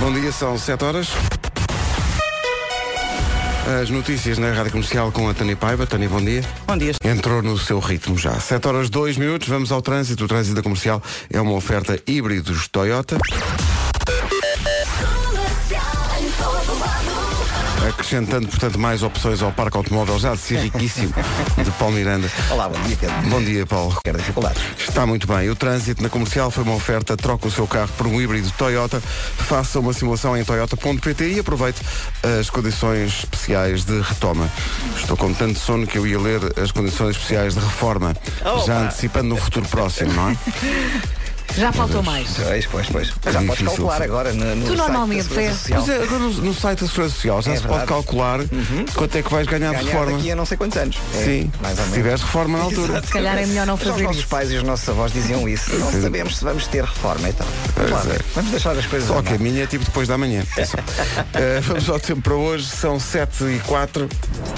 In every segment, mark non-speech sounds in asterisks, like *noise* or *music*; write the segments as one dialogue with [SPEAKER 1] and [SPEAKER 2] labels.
[SPEAKER 1] Bom dia, são 7 horas. As notícias na Rádio Comercial com a Tânia Paiva. Tânia, bom dia.
[SPEAKER 2] Bom dia.
[SPEAKER 1] Entrou no seu ritmo já. 7 horas 2 minutos, vamos ao trânsito. O trânsito da comercial é uma oferta híbridos Toyota. Acrescentando, portanto, mais opções ao parque automóvel já de si riquíssimo de Paulo Miranda.
[SPEAKER 3] Olá, bom dia, Pedro.
[SPEAKER 1] Bom dia, Paulo.
[SPEAKER 3] Quero dificuldades.
[SPEAKER 1] Está muito bem. O trânsito na comercial foi uma oferta. Troca o seu carro por um híbrido Toyota. Faça uma simulação em toyota.pt e aproveite as condições especiais de retoma. Estou com tanto sono que eu ia ler as condições especiais de reforma, já antecipando no futuro próximo,
[SPEAKER 3] *laughs*
[SPEAKER 1] não é?
[SPEAKER 2] Já faltou mais.
[SPEAKER 3] Pois, pois, pois. Mas já podes
[SPEAKER 1] Difícil.
[SPEAKER 3] calcular agora no, no
[SPEAKER 2] Tu
[SPEAKER 3] site da
[SPEAKER 2] normalmente,
[SPEAKER 3] Segurança
[SPEAKER 2] é.
[SPEAKER 3] Social.
[SPEAKER 1] Mas é, agora no, no site da Segurança Social já
[SPEAKER 3] É
[SPEAKER 1] se pode
[SPEAKER 3] verdade. Uhum.
[SPEAKER 1] calcular quanto é que vais ganhar, de
[SPEAKER 3] Ganhar
[SPEAKER 1] reforma.
[SPEAKER 3] daqui a não sei quantos anos. É,
[SPEAKER 1] Sim,
[SPEAKER 3] mais ou
[SPEAKER 1] se
[SPEAKER 3] menos.
[SPEAKER 1] tiveres reforma na altura.
[SPEAKER 3] Exato.
[SPEAKER 2] Se calhar é melhor não
[SPEAKER 3] Mas Os
[SPEAKER 2] fazer
[SPEAKER 3] nossos
[SPEAKER 2] isso.
[SPEAKER 3] pais e os nossos avós diziam isso. Não
[SPEAKER 1] é.
[SPEAKER 3] sabemos se vamos ter reforma, então. Claro, vamos deixar as coisas.
[SPEAKER 1] Ok, a
[SPEAKER 3] andar.
[SPEAKER 1] minha é tipo depois da
[SPEAKER 3] *laughs*
[SPEAKER 1] manhã. É só. Eh, vamos ao tempo para hoje, são 7 e 4.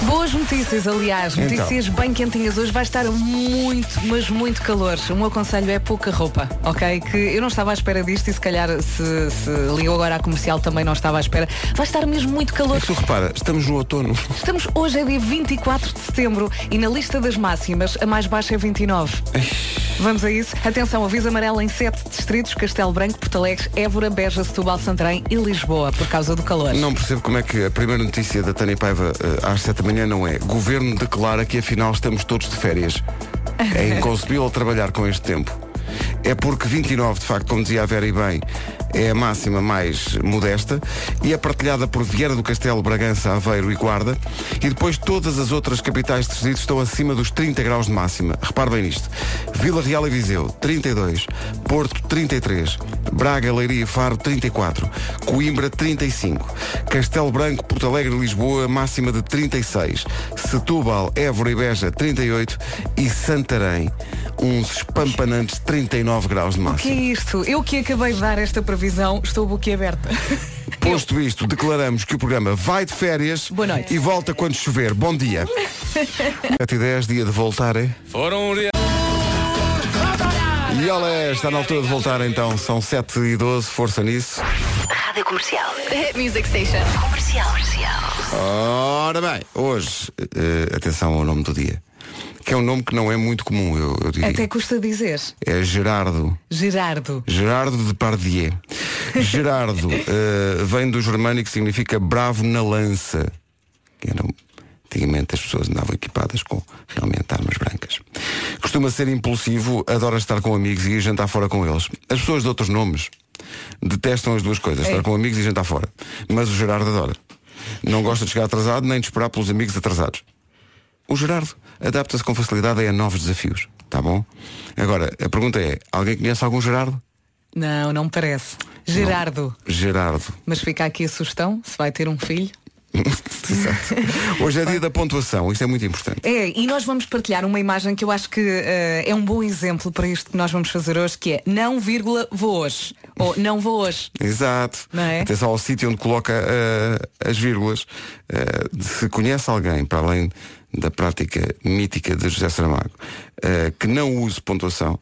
[SPEAKER 2] Boas notícias, aliás.
[SPEAKER 1] Então.
[SPEAKER 2] Notícias bem quentinhas. Hoje vai estar muito, mas muito calor. O meu conselho é pouca roupa, ok? Que eu não estava à espera disto e se calhar se, se ligou agora à comercial também não estava à espera. Vai estar mesmo muito calor.
[SPEAKER 1] Mas tu repara, estamos no outono.
[SPEAKER 2] Estamos hoje é dia 24 de setembro e na lista das máximas a mais baixa é 29. Vamos a isso. Atenção, aviso amarelo em sete distritos, Castelo Branco, Porto Alegre, Évora, Beja, Setúbal, Santarém e Lisboa, por causa do calor.
[SPEAKER 1] Não percebo como é que a primeira notícia da Tânia Paiva eh, às 7 da manhã não é. Governo declara que afinal estamos todos de férias. É inconcebível trabalhar com este tempo. É porque 29, de facto, como dizia a Vera e bem, é a máxima mais modesta e é partilhada por Vieira do Castelo, Bragança, Aveiro e Guarda. E depois todas as outras capitais de distrito estão acima dos 30 graus de máxima. Repare bem nisto. Vila Real e Viseu, 32. Porto, 33. Braga, Leiria e Faro, 34. Coimbra, 35. Castelo Branco, Porto Alegre e Lisboa, máxima de 36. Setúbal, Évora e Beja, 38. E Santarém, uns espampanantes 39 graus de
[SPEAKER 2] Que é
[SPEAKER 1] máxima.
[SPEAKER 2] isto? Eu que acabei de dar esta previsão, estou boquiaberta.
[SPEAKER 1] Posto isto, declaramos que o programa vai de férias
[SPEAKER 2] Boa noite.
[SPEAKER 1] e volta quando chover. Bom dia. 7 e 10, dia de voltar, é?
[SPEAKER 4] Foram
[SPEAKER 1] E olha, está na altura de voltar então. São 7 e 12, força nisso.
[SPEAKER 5] Rádio Comercial.
[SPEAKER 6] Hit Music Station.
[SPEAKER 5] Comercial. Comercial.
[SPEAKER 1] Ora bem, hoje, eh, atenção ao nome do dia, que é um nome que não é muito comum, eu, eu diria.
[SPEAKER 2] Até custa dizer.
[SPEAKER 1] É Gerardo.
[SPEAKER 2] Gerardo.
[SPEAKER 1] Gerardo de Pardier. Gerardo eh, vem do germânico que significa bravo na lança. Que era um- antigamente as pessoas andavam equipadas com realmente armas brancas. Costuma ser impulsivo, adora estar com amigos e ir jantar fora com eles. As pessoas de outros nomes detestam as duas coisas, estar com amigos e jantar fora. Mas o Gerardo adora. Não gosta de chegar atrasado nem de esperar pelos amigos atrasados. O Gerardo adapta-se com facilidade a novos desafios, tá bom? Agora, a pergunta é, alguém conhece algum Gerardo?
[SPEAKER 2] Não, não me parece. Gerardo.
[SPEAKER 1] Gerardo.
[SPEAKER 2] *laughs* Mas fica aqui a sugestão, se vai ter um filho.
[SPEAKER 1] Exato. Hoje é dia da pontuação, isto é muito importante.
[SPEAKER 2] É, e nós vamos partilhar uma imagem que eu acho que eh, é um bom exemplo para isto que nós vamos fazer hoje, que é não vírgula vou hoje. Ou não vou hoje.
[SPEAKER 1] Exato.
[SPEAKER 2] Não é?
[SPEAKER 1] Atenção ao sítio onde coloca eh, as vírgulas. Eh, se conhece alguém, para além da prática mítica de José Saramago, eh, que não use pontuação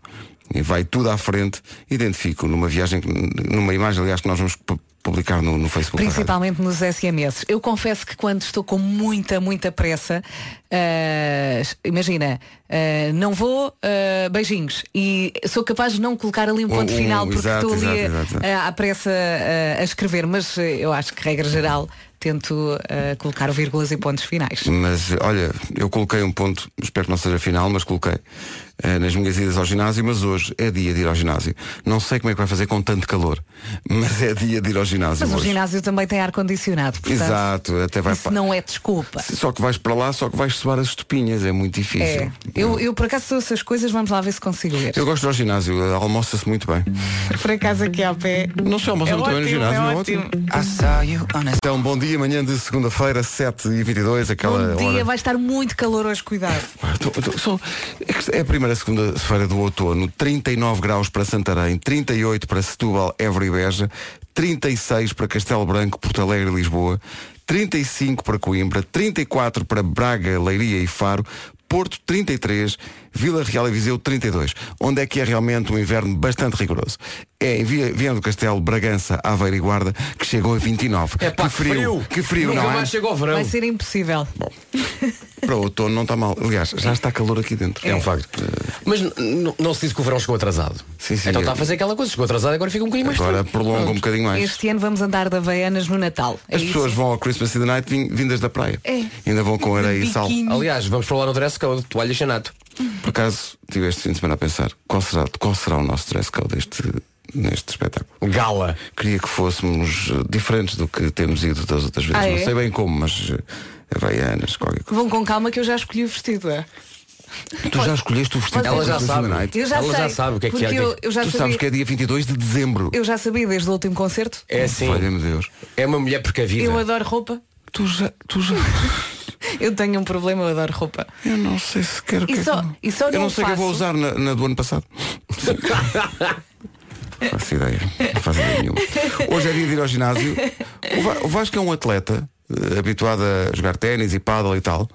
[SPEAKER 1] e vai tudo à frente, identifico numa viagem, que- numa imagem, aliás, que nós vamos pu- publicar no, no Facebook. da rádio.
[SPEAKER 2] Principalmente nos SMS. Eu confesso que quando estou com muita, muita pressa, eh, imagina, eh, não vou, eh, beijinhos. E sou capaz de não colocar ali um ponto
[SPEAKER 1] Um, um,
[SPEAKER 2] final porque
[SPEAKER 1] exato,
[SPEAKER 2] estou ali
[SPEAKER 1] exato, exato.
[SPEAKER 2] eh, à pressa eh, a escrever, mas eh, eu acho que regra geral tento eh, colocar vírgulas e pontos finais.
[SPEAKER 1] Mas olha, eu coloquei um ponto, espero que não seja final, mas coloquei eh, nas minhas idas ao ginásio, mas hoje é dia de ir ao ginásio. Não sei como é que vai fazer com tanto calor, *laughs* mas é dia de ir ao ginásio
[SPEAKER 2] Mas o
[SPEAKER 1] hoje.
[SPEAKER 2] ginásio também tem ar-condicionado, portanto.
[SPEAKER 1] Exato, até vai
[SPEAKER 2] Isso
[SPEAKER 1] pa-
[SPEAKER 2] não é desculpa.
[SPEAKER 1] Só que vais para lá, só que vais suar as estupinhas, é muito difícil.
[SPEAKER 2] É. Eu, eu por acaso sou essas coisas, vamos lá ver se consigo ler.
[SPEAKER 1] Eu gosto de ir ao ginásio, eh, almoça-se muito bem.
[SPEAKER 2] Por acaso aqui ao pé.
[SPEAKER 1] Não se almoça
[SPEAKER 2] É
[SPEAKER 1] muito bem no
[SPEAKER 2] ótimo,
[SPEAKER 1] ginásio,
[SPEAKER 2] é
[SPEAKER 1] não
[SPEAKER 2] ótimo.
[SPEAKER 1] Então, bom dia, manhã de segunda-feira, 7h22, aquela
[SPEAKER 2] Bom dia,
[SPEAKER 1] hora.
[SPEAKER 2] vai estar muito calor hoje, cuidado.
[SPEAKER 1] Pá, tô- tô- Então, só- é que é a primeira segunda-feira do outono, 39 graus para Santarém, 38 para Setúbal, Évora e Beja, 36 para Castelo Branco, Porto Alegre e Lisboa, 35 para Coimbra, 34 para Braga, Leiria e Faro, Porto 33 Vila Real e Viseu 32, onde é que é realmente um inverno bastante rigoroso. É em Via- Viana do Castelo, Bragança, Aveiro e Guarda, que chegou a 29.
[SPEAKER 4] É pá,
[SPEAKER 1] que frio, Que frio,
[SPEAKER 4] Nunca
[SPEAKER 1] não é?
[SPEAKER 4] mais chegou ao verão.
[SPEAKER 2] Vai ser impossível.
[SPEAKER 1] Para o outono não está mal. Aliás, já está calor aqui dentro.
[SPEAKER 4] É um facto. Mas n- n- não se diz que o verão chegou atrasado.
[SPEAKER 1] Sim, sim, eu-
[SPEAKER 4] então está a fazer aquela coisa, chegou atrasado, agora fica um bocadinho mais
[SPEAKER 1] Agora
[SPEAKER 4] frio.
[SPEAKER 1] prolonga um bocadinho mais.
[SPEAKER 2] Este ano vamos andar de Havaianas no Natal. É
[SPEAKER 1] As
[SPEAKER 2] isso?
[SPEAKER 1] pessoas vão ao Christmas in the Night vin- vindas da praia.
[SPEAKER 2] É.
[SPEAKER 1] Ainda vão com areia e sal.
[SPEAKER 4] Aliás, vamos falar no dress code, toalha e xanato.
[SPEAKER 1] Por acaso, tive este fim de semana a pensar qual será, qual será o nosso dress code deste, neste espetáculo.
[SPEAKER 4] Gala.
[SPEAKER 1] Queria que fôssemos eh, diferentes do que temos ido das outras vezes.
[SPEAKER 2] Ah, é?
[SPEAKER 1] Não sei bem como, mas eh, Havaianas, qualquer coisa.
[SPEAKER 2] Vão com calma que eu já escolhi o vestido. é?
[SPEAKER 1] Tu já escolheste o vestido
[SPEAKER 4] Ela
[SPEAKER 1] para o
[SPEAKER 4] já
[SPEAKER 1] Christmas
[SPEAKER 4] sabe.
[SPEAKER 1] in the Night?
[SPEAKER 2] Eu já
[SPEAKER 4] Ela
[SPEAKER 2] sei.
[SPEAKER 4] já sabe o que é que
[SPEAKER 2] porque
[SPEAKER 4] é, o que é
[SPEAKER 2] Eu,
[SPEAKER 4] que-
[SPEAKER 2] eu já
[SPEAKER 1] tu
[SPEAKER 2] sabia,
[SPEAKER 1] sabes que é dia 22 de dezembro.
[SPEAKER 2] eu já sabia desde o último concerto.
[SPEAKER 4] É assim.
[SPEAKER 1] Valha-me Deus.
[SPEAKER 4] É uma mulher precavida.
[SPEAKER 2] Eu adoro roupa.
[SPEAKER 1] Tu já, tu já.
[SPEAKER 2] Eu tenho um problema, eu adoro roupa.
[SPEAKER 1] Eu não sei se quero que
[SPEAKER 2] E
[SPEAKER 1] é que
[SPEAKER 2] só-
[SPEAKER 1] não.
[SPEAKER 2] e só
[SPEAKER 1] Eu
[SPEAKER 2] não
[SPEAKER 1] não sei o que eu vou
[SPEAKER 2] faço.
[SPEAKER 1] usar na, na do ano
[SPEAKER 2] *laughs*
[SPEAKER 1] passado. Não faço ideia. Não faço ideia nenhuma. Hoje é dia de ir ao ginásio. O Va- O Vasco é um atleta, eh, habituado a jogar ténis e pádel e tal.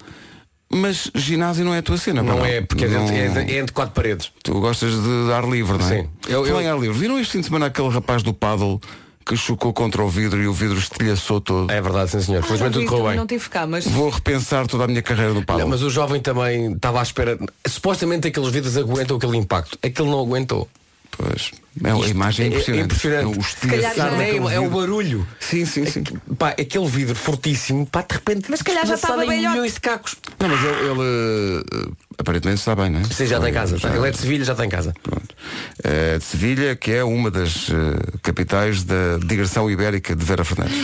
[SPEAKER 1] Mas ginásio não é a tua cena, pá,
[SPEAKER 4] *laughs* Não é, porque é
[SPEAKER 1] Não-
[SPEAKER 4] dentro- é, de- é entre quatro paredes.
[SPEAKER 1] Tu gostas de dar livre, não é?
[SPEAKER 4] Sim. Eu-
[SPEAKER 1] Falar em
[SPEAKER 4] eu-
[SPEAKER 1] ar livre. Viram este fim de semana aquele rapaz do pádel que chocou contra o vidro e o vidro estilhaçou todo?
[SPEAKER 4] É verdade, sim senhor.
[SPEAKER 2] Ah, não vi,
[SPEAKER 4] Felizmente tudo correu bem.
[SPEAKER 2] Não tive cá, mas
[SPEAKER 1] Vou repensar toda a minha carreira no pádel.
[SPEAKER 4] Não, mas o jovem também estava à espera. Supostamente aqueles vidros aguentam aquele impacto. Aquele não aguentou.
[SPEAKER 1] Pois. É uma imagem
[SPEAKER 4] É- é
[SPEAKER 1] impressionante.
[SPEAKER 4] impressionante.
[SPEAKER 1] O estilhaçar
[SPEAKER 2] Se calhar já-
[SPEAKER 1] daquele
[SPEAKER 4] É, é o
[SPEAKER 1] vidro.
[SPEAKER 4] barulho.
[SPEAKER 1] Sim, sim, sim.
[SPEAKER 4] Pá, aquele vidro fortíssimo, pá, de repente.
[SPEAKER 2] Mas se calhar já
[SPEAKER 4] despedaçado
[SPEAKER 2] estava
[SPEAKER 4] em
[SPEAKER 2] velhote.
[SPEAKER 4] milhões de cacos.
[SPEAKER 1] Não, mas ele, ele, eh, aparentemente está bem, não é?
[SPEAKER 4] Sim, já está em casa.
[SPEAKER 1] Já-
[SPEAKER 4] Ele é de Sevilha, já está em casa.
[SPEAKER 1] Pronto. Eh, de Sevilha, que é uma das eh, capitais da digressão ibérica de Vera
[SPEAKER 2] *laughs*
[SPEAKER 1] Fernandes.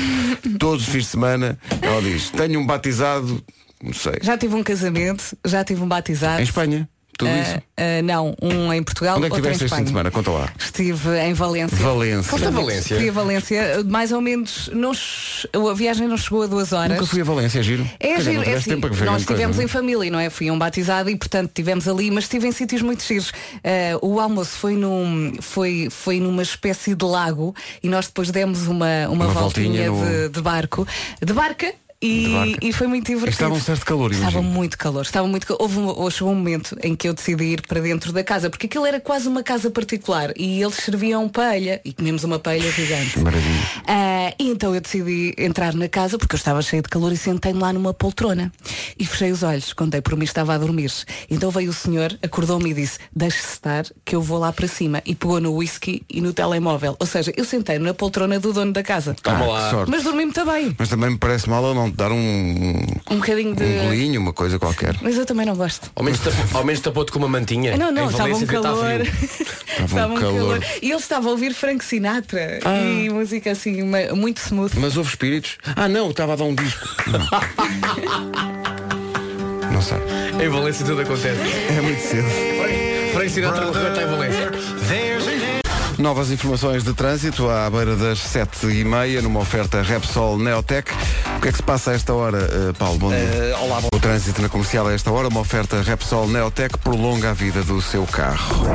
[SPEAKER 1] Todos os fins de semana ela diz, tenho um batizado, não sei,
[SPEAKER 2] já tive um casamento, já tive um batizado.
[SPEAKER 1] em Espanha, tudo
[SPEAKER 2] Ah,
[SPEAKER 1] isso.
[SPEAKER 2] ah, não, um em Portugal,
[SPEAKER 1] Onde é que
[SPEAKER 2] outro em
[SPEAKER 1] tiveste este fim
[SPEAKER 2] Espanha.
[SPEAKER 1] de semana? Conta lá.
[SPEAKER 2] Estive em Valência.
[SPEAKER 1] Valência.
[SPEAKER 4] Conta Valência.
[SPEAKER 2] Fui a Valência, mais ou menos, não, ch- a viagem não chegou a duas horas.
[SPEAKER 1] Nunca fui a Valência, é giro. Quer
[SPEAKER 2] É
[SPEAKER 1] dizer,
[SPEAKER 2] giro,
[SPEAKER 1] não
[SPEAKER 2] é
[SPEAKER 1] tiveste
[SPEAKER 2] assim,
[SPEAKER 1] tempo para ver
[SPEAKER 2] nós
[SPEAKER 1] grande coisa,
[SPEAKER 2] estivemos
[SPEAKER 1] não é?
[SPEAKER 2] em família, não é? Fui a um batizado e, portanto, estivemos ali, mas estive em sítios muito giros. Ah, o almoço foi, num, foi, foi numa espécie de lago e nós depois demos uma, uma,
[SPEAKER 1] Uma voltinha
[SPEAKER 2] voltinha,
[SPEAKER 1] no-
[SPEAKER 2] de, de barco, de barca. E,
[SPEAKER 1] De barca.
[SPEAKER 2] e foi muito divertido.
[SPEAKER 1] Estava um certo calor,
[SPEAKER 2] Estava
[SPEAKER 1] imagino.
[SPEAKER 2] muito calor. Estava muito calor. Houve um, houve- chegou um momento em que eu decidi ir para dentro da casa, porque aquilo era quase uma casa particular e eles serviam paella e comemos uma paella gigante.
[SPEAKER 1] Maravilha.
[SPEAKER 2] Ah, e então eu decidi entrar na casa porque eu estava cheio de calor e sentei-me lá numa poltrona. E fechei os olhos, contei por mim estava a dormir. Então veio o senhor, acordou-me e disse, deixe-se estar que eu vou lá para cima. E pegou no whisky e no telemóvel. Ou seja, eu sentei-me na poltrona do dono da casa.
[SPEAKER 4] Toma
[SPEAKER 1] Ah,
[SPEAKER 4] lá.
[SPEAKER 1] que sorte.
[SPEAKER 2] Mas dormi-me também.
[SPEAKER 1] Mas também me parece mal ele não te dar um, um
[SPEAKER 2] Um bocadinho de.
[SPEAKER 1] golinho, uma coisa qualquer.
[SPEAKER 2] Mas eu também não gosto.
[SPEAKER 4] Ao menos, tapou- ao menos tapou-te com uma
[SPEAKER 1] É,
[SPEAKER 4] mantinha.
[SPEAKER 2] Não,
[SPEAKER 4] Em
[SPEAKER 2] não, estava um
[SPEAKER 4] Valência devia estar
[SPEAKER 2] calor.
[SPEAKER 4] frio.
[SPEAKER 2] *laughs*
[SPEAKER 1] Estava tá um calor. Ah.
[SPEAKER 2] E ele estava a ouvir Frank Sinatra e música assim ma- muito smooth.
[SPEAKER 1] Mas houve espíritos? Ah não, estava a dar um disco. Não, Não sei.
[SPEAKER 4] Em Valência tudo acontece.
[SPEAKER 1] É muito cedo.
[SPEAKER 4] Frank Sinatra morreu até tá em Valência.
[SPEAKER 1] Novas informações de trânsito à beira das 7h30 numa oferta Repsol Neotec. O que é que se passa a esta hora, eh, Paulo? Bom dia.
[SPEAKER 3] Eh, olá, bom
[SPEAKER 1] O trânsito na comercial a esta hora, uma oferta Repsol Neotec prolonga a vida do seu carro.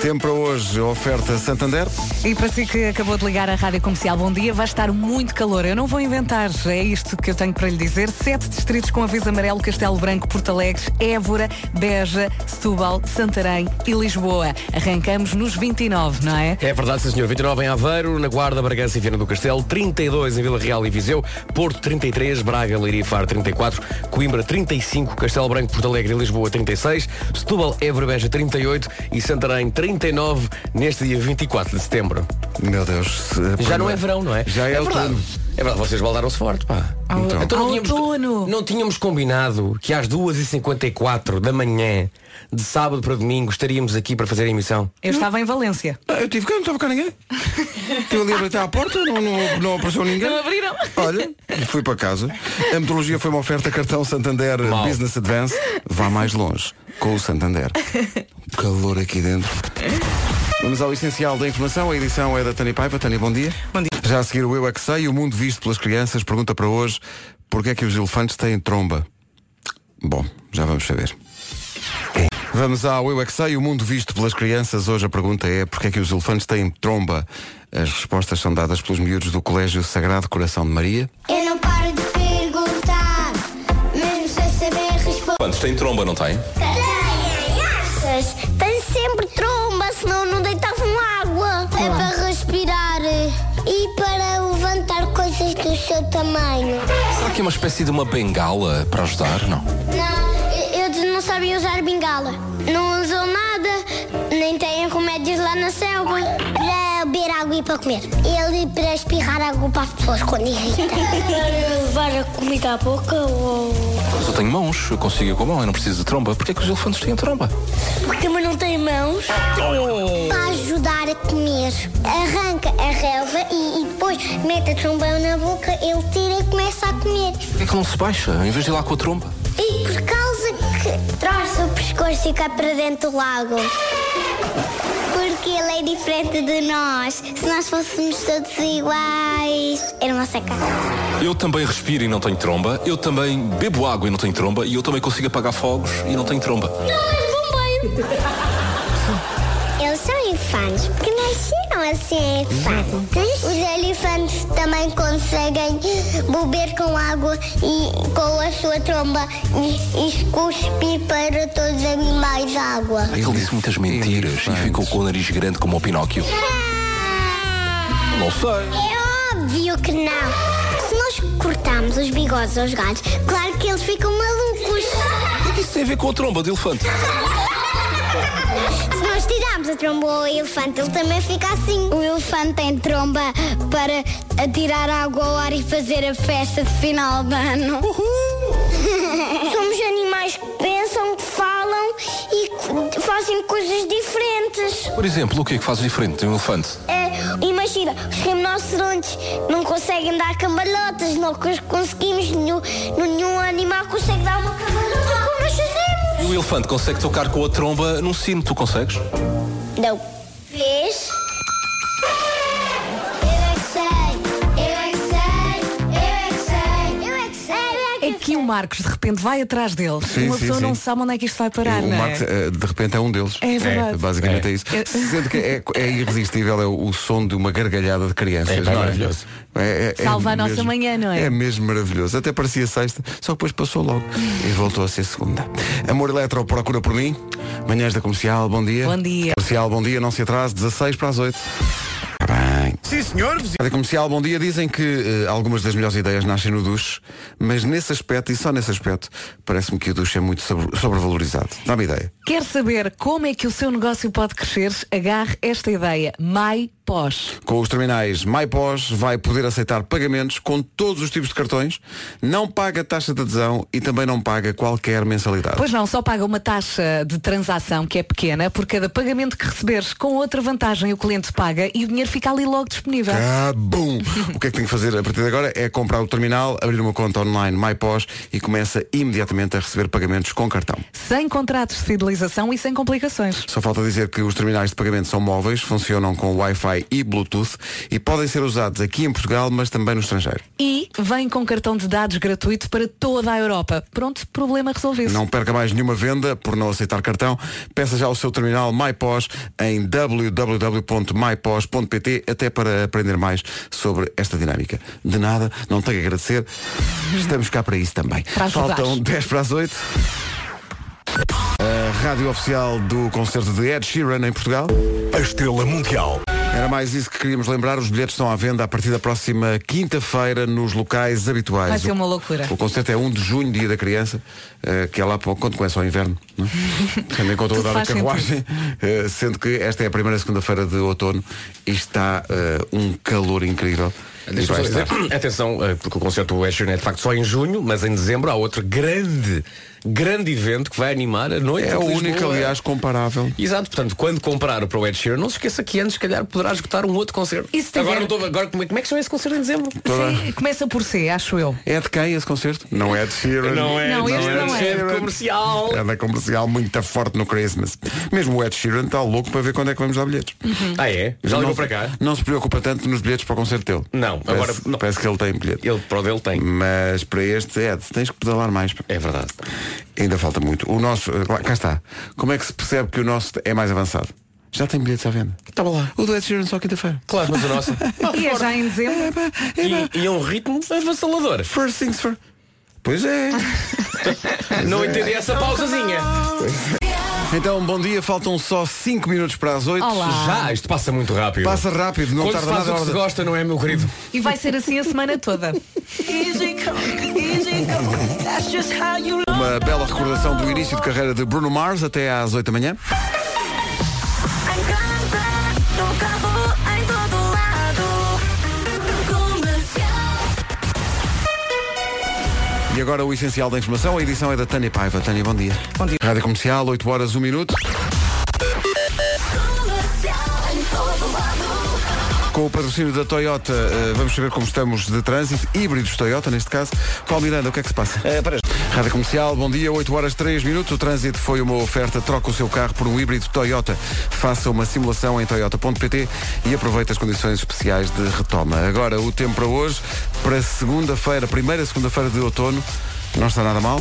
[SPEAKER 1] Tempo para hoje, oferta Santander.
[SPEAKER 2] E para si que acabou de ligar à Rádio Comercial, bom dia, vai estar muito calor. Eu não vou inventar, é isto que eu tenho para lhe dizer. Sete distritos com aviso amarelo, Castelo Branco, Porto Alegre, Évora, Beja, Setúbal, Santarém e Lisboa. Arrancamos nos 29, não é?
[SPEAKER 4] É verdade, sim, senhor. 29 em Aveiro, na Guarda, Bragança e Viana do Castelo, 32 em Vila Real e Viseu, Porto 33, Braga, Leiria e Faro 34, Coimbra 35, Castelo Branco, Porto Alegre e Lisboa 36, Setúbal, Évora, Beja 38 e Santarém 39 neste dia 24 de setembro.
[SPEAKER 1] Meu Deus. se- eh,
[SPEAKER 4] Já não é
[SPEAKER 1] primeiro-
[SPEAKER 4] verão, não é?
[SPEAKER 1] Já é,
[SPEAKER 4] é
[SPEAKER 1] outono.
[SPEAKER 4] verdade. É verdade, vocês baldaram-se forte, pá.
[SPEAKER 1] Então.
[SPEAKER 4] não,
[SPEAKER 2] Outono.
[SPEAKER 4] tínhamos, não tínhamos combinado que às 2h54 da manhã, de sábado para domingo, estaríamos aqui para fazer a emissão.
[SPEAKER 2] Eu
[SPEAKER 1] Hum?
[SPEAKER 2] estava em Valência.
[SPEAKER 1] Ah, eu tive cá, não estava cá
[SPEAKER 4] *laughs*
[SPEAKER 1] ninguém. Estive ali a bater à porta, não, não, não apareceu ninguém.
[SPEAKER 2] Não abriram.
[SPEAKER 1] Olha, e fui para casa. A metodologia foi uma oferta cartão Santander
[SPEAKER 4] Mal.
[SPEAKER 1] Business Advance. Vá mais longe com o Santander. Calor aqui dentro. Vamos ao essencial da informação. A edição é da Tânia Paiva. Tânia, bom dia. Bom dia. Já a seguir o Eu É Que Sei, o mundo visto pelas crianças, pergunta para hoje porquê é que os elefantes têm tromba. Bom, já vamos saber. Vamos ao Eu É Que Sei, o mundo visto pelas crianças. Hoje a pergunta é porquê é que os elefantes têm tromba. As respostas são dadas pelos miúdos do Colégio Sagrado Coração de Maria.
[SPEAKER 6] Eu não paro de perguntar, mesmo sem saber responder.
[SPEAKER 7] Quantos tem tromba, não tem?
[SPEAKER 6] Tem! É e para levantar coisas do seu tamanho.
[SPEAKER 7] Será que é uma espécie de uma bengala para ajudar? Não.
[SPEAKER 6] Não, eles não sabem usar bengala. Não usam nada, nem têm remédios lá na selva. Para beber água e para comer. Ele para espirrar água para as pessoas quando *laughs* irrita. para levar a comida à boca ou...
[SPEAKER 7] Eu só tenho mãos, eu consigo ir com a mão, eu não preciso de tromba. Porquê é que os elefantes têm a tromba?
[SPEAKER 6] Porque também não tem mãos. Para ajudar a comer. Arranca a relva e, e depois mete a trombão na boca, ele tira e começa a comer.
[SPEAKER 7] Porquê é que não se baixa, em vez de ir lá com a tromba?
[SPEAKER 6] E por causa que traz o pescoço e cai para dentro do lago. Porque ele é diferente de nós. Se nós fôssemos todos iguais, era uma sacada.
[SPEAKER 7] Eu também respiro e não tenho tromba, eu também bebo água e não tenho tromba, e eu também consigo apagar fogos e não tenho tromba.
[SPEAKER 6] Eles são infantes, porque nasceram assim infantes. Os elefantes também conseguem beber com água e com a sua tromba e, e cuspir para todos os animais água.
[SPEAKER 7] Ele disse muitas mentiras e ficou com o nariz grande como o Pinóquio. Não sei.
[SPEAKER 6] É óbvio que não. Se nós cortarmos os bigodes aos gatos, claro que eles ficam malucos.
[SPEAKER 7] O que isso tem a ver com a tromba de elefante?
[SPEAKER 6] Se nós tirarmos a tromba ao elefante, ele também fica assim. O elefante tem tromba para atirar água ao ar e fazer a festa de final de ano. *laughs* Somos animais que pensam, que falam e que fazem coisas diferentes.
[SPEAKER 7] Por exemplo, o que é que faz diferente de um elefante?
[SPEAKER 6] É, imagina, os rinocerontes não conseguem dar cambalhotas, não cons- conseguimos, nenhum, nenhum animal consegue dar uma cambalhota como nós fazemos.
[SPEAKER 7] E o elefante consegue tocar com a tromba num sino, tu consegues?
[SPEAKER 6] Não. Vês? Eu é que sei, eu é que sei, eu é que sei, eu é que sei,
[SPEAKER 2] É que o Marcos de repente vai atrás dele.
[SPEAKER 1] Sim,
[SPEAKER 2] Uma
[SPEAKER 1] sim,
[SPEAKER 2] pessoa
[SPEAKER 1] sim.
[SPEAKER 2] não sabe onde é que isto vai parar,
[SPEAKER 1] O
[SPEAKER 2] não é?
[SPEAKER 1] Marcos, eh, de repente, é um deles.
[SPEAKER 2] É verdade.
[SPEAKER 1] Basicamente é, isso.
[SPEAKER 2] É.
[SPEAKER 1] Sendo que é, é irresistível é o, o som de uma gargalhada de crianças.
[SPEAKER 4] É, pá,
[SPEAKER 1] não
[SPEAKER 4] maravilhoso.
[SPEAKER 1] É, é- é
[SPEAKER 2] Salva a nossa
[SPEAKER 1] mesmo-
[SPEAKER 2] manhã, não é?
[SPEAKER 1] É mesmo maravilhoso. Até parecia sexta, só que depois passou logo e voltou a ser segunda. Amor Eletro, procura por mim. Manhãs da Comercial, bom dia.
[SPEAKER 2] Bom dia.
[SPEAKER 1] Comercial, bom dia, não se atrase, 16 para as 8. Bem.
[SPEAKER 8] Sim, senhor, vizinho.
[SPEAKER 1] Rádio Comercial, bom dia. Dizem que eh, algumas das melhores ideias nascem no duche, mas nesse aspecto, e só nesse aspecto, parece-me que o duche é muito sobre- sobrevalorizado. Dá-me ideia.
[SPEAKER 2] Quer saber como é que o seu negócio pode crescer? Agarre esta ideia. Mai Pós.
[SPEAKER 1] Com os terminais MyPOS vai poder aceitar pagamentos com todos os tipos de cartões, não paga taxa de adesão e também não paga qualquer mensalidade.
[SPEAKER 2] Pois não, só paga uma taxa de transação que é pequena por cada pagamento que receberes com outra vantagem o cliente paga e o dinheiro fica ali logo disponível.
[SPEAKER 1] Ah, bum! O que é que tem que fazer a partir de agora é comprar o terminal, abrir uma conta online MyPOS e começa imediatamente a receber pagamentos com cartão.
[SPEAKER 2] Sem contratos de fidelização e sem complicações.
[SPEAKER 1] Só falta dizer que os terminais de pagamento são móveis, funcionam com Wi-Fi e Bluetooth e podem ser usados aqui em Portugal, mas também no estrangeiro.
[SPEAKER 2] E vem com cartão de dados gratuito para toda a Europa. Pronto, problema resolvido.
[SPEAKER 1] Não perca mais nenhuma venda por não aceitar cartão. Peça já o seu terminal MyPOS em www.mypos.pt até para aprender mais sobre esta dinâmica. De nada, não tenho a agradecer. Estamos cá para isso também.
[SPEAKER 2] Para ajudar.
[SPEAKER 1] Faltam 10 para as 8. A rádio oficial do concerto de Ed Sheeran em Portugal.
[SPEAKER 8] A estrela mundial.
[SPEAKER 1] Era mais isso que queríamos lembrar. Os bilhetes estão à venda a partir da próxima quinta-feira nos locais habituais.
[SPEAKER 2] Vai ser
[SPEAKER 1] O-
[SPEAKER 2] uma loucura.
[SPEAKER 1] O concerto é 1 de junho, dia da criança, eh, que é lá para quando começa o inverno, não? é?
[SPEAKER 2] *laughs*
[SPEAKER 1] tendo em conta o andar
[SPEAKER 2] Tudo
[SPEAKER 1] da
[SPEAKER 2] faz sentido.
[SPEAKER 1] carruagem, eh, sendo que esta é a primeira segunda-feira de outono e está eh, um calor incrível.
[SPEAKER 4] Deixa
[SPEAKER 1] E
[SPEAKER 4] eu
[SPEAKER 1] vai
[SPEAKER 4] só
[SPEAKER 1] estar.
[SPEAKER 4] dizer, atenção, eh, porque o concerto do Ed Sheeran é de facto só em junho, mas em dezembro há outro grande, grande evento que vai animar a noite.
[SPEAKER 1] É o
[SPEAKER 4] de
[SPEAKER 1] único,
[SPEAKER 4] Lisboa.
[SPEAKER 1] aliás, comparável.
[SPEAKER 4] Exato, portanto, quando comprar para o Ed Sheer, não se esqueça que antes, se calhar, poderá esgotar um outro concerto.
[SPEAKER 2] E se tiver-
[SPEAKER 4] Agora, não estou- agora como, é, como é que chama esse concerto em dezembro?
[SPEAKER 2] Sim, começa por C, acho eu.
[SPEAKER 1] É de quem esse concerto? Não é de Sheeran.
[SPEAKER 2] Não, este não é.
[SPEAKER 4] de comercial.
[SPEAKER 1] É da comercial muito forte no Christmas. Mesmo o Ed Sheeran está louco para ver quando é que vamos dar bilhetes.
[SPEAKER 4] Ah, é? Já ligou
[SPEAKER 1] não,
[SPEAKER 4] para cá?
[SPEAKER 1] Não se preocupa tanto nos bilhetes para o concerto dele.
[SPEAKER 4] Não,
[SPEAKER 1] Parece-
[SPEAKER 4] agora- não.
[SPEAKER 1] Parece que ele tem bilhete.
[SPEAKER 4] Ele, para o dele, tem.
[SPEAKER 1] Mas para este, Ed, tens que pedalar mais. pá.
[SPEAKER 4] É verdade.
[SPEAKER 1] Ainda falta muito. O nosso, eh, lá- cá está. Como é que se percebe que o nosso é mais avançado? Já tem bilhetes à venda.
[SPEAKER 4] Estava lá.
[SPEAKER 1] O do Ed Sheeran só quinta-feira.
[SPEAKER 4] Claro, mas
[SPEAKER 2] *laughs*
[SPEAKER 4] o nosso.
[SPEAKER 2] E é já em dezembro.
[SPEAKER 1] Epá, epá.
[SPEAKER 4] E, e é um ritmo avassalador.
[SPEAKER 1] First things
[SPEAKER 4] *laughs*
[SPEAKER 1] first. Pois é.
[SPEAKER 4] Não entendi essa pausazinha.
[SPEAKER 1] Então, bom dia, faltam só 5 minutos para as 8.
[SPEAKER 2] Olá.
[SPEAKER 4] Já, Ah, isto passa muito rápido.
[SPEAKER 1] Passa rápido, não
[SPEAKER 4] Quando se
[SPEAKER 1] tarda
[SPEAKER 4] faz
[SPEAKER 1] nada. a
[SPEAKER 4] o que
[SPEAKER 1] hora da-
[SPEAKER 4] se gosta, não é, meu querido?
[SPEAKER 2] E vai ser assim a semana toda.
[SPEAKER 1] Uma bela recordação do início de carreira de Bruno Mars até às 8 da manhã.
[SPEAKER 5] Em casa, no carro, em todo lado. Comercial.
[SPEAKER 1] E agora o essencial da informação, a edição é da Tânia Paiva. Tânia, bom dia. Bom dia. Rádio Comercial, 8 horas, 1 minuto.
[SPEAKER 5] Comercial, em todo lado.
[SPEAKER 1] Com o patrocínio da Toyota, eh, vamos saber como estamos de trânsito, híbridos Toyota neste caso. Paulo Miranda, o que é que se passa?
[SPEAKER 3] Eh, para
[SPEAKER 1] Rádio Comercial, bom dia, 8 horas 3 minutos. O trânsito foi uma oferta. Troca o seu carro por um híbrido Toyota. Faça uma simulação em toyota.pt e aproveite as condições especiais de retoma. Agora, o tempo para hoje, para segunda-feira, primeira segunda-feira de outono, não está nada mal.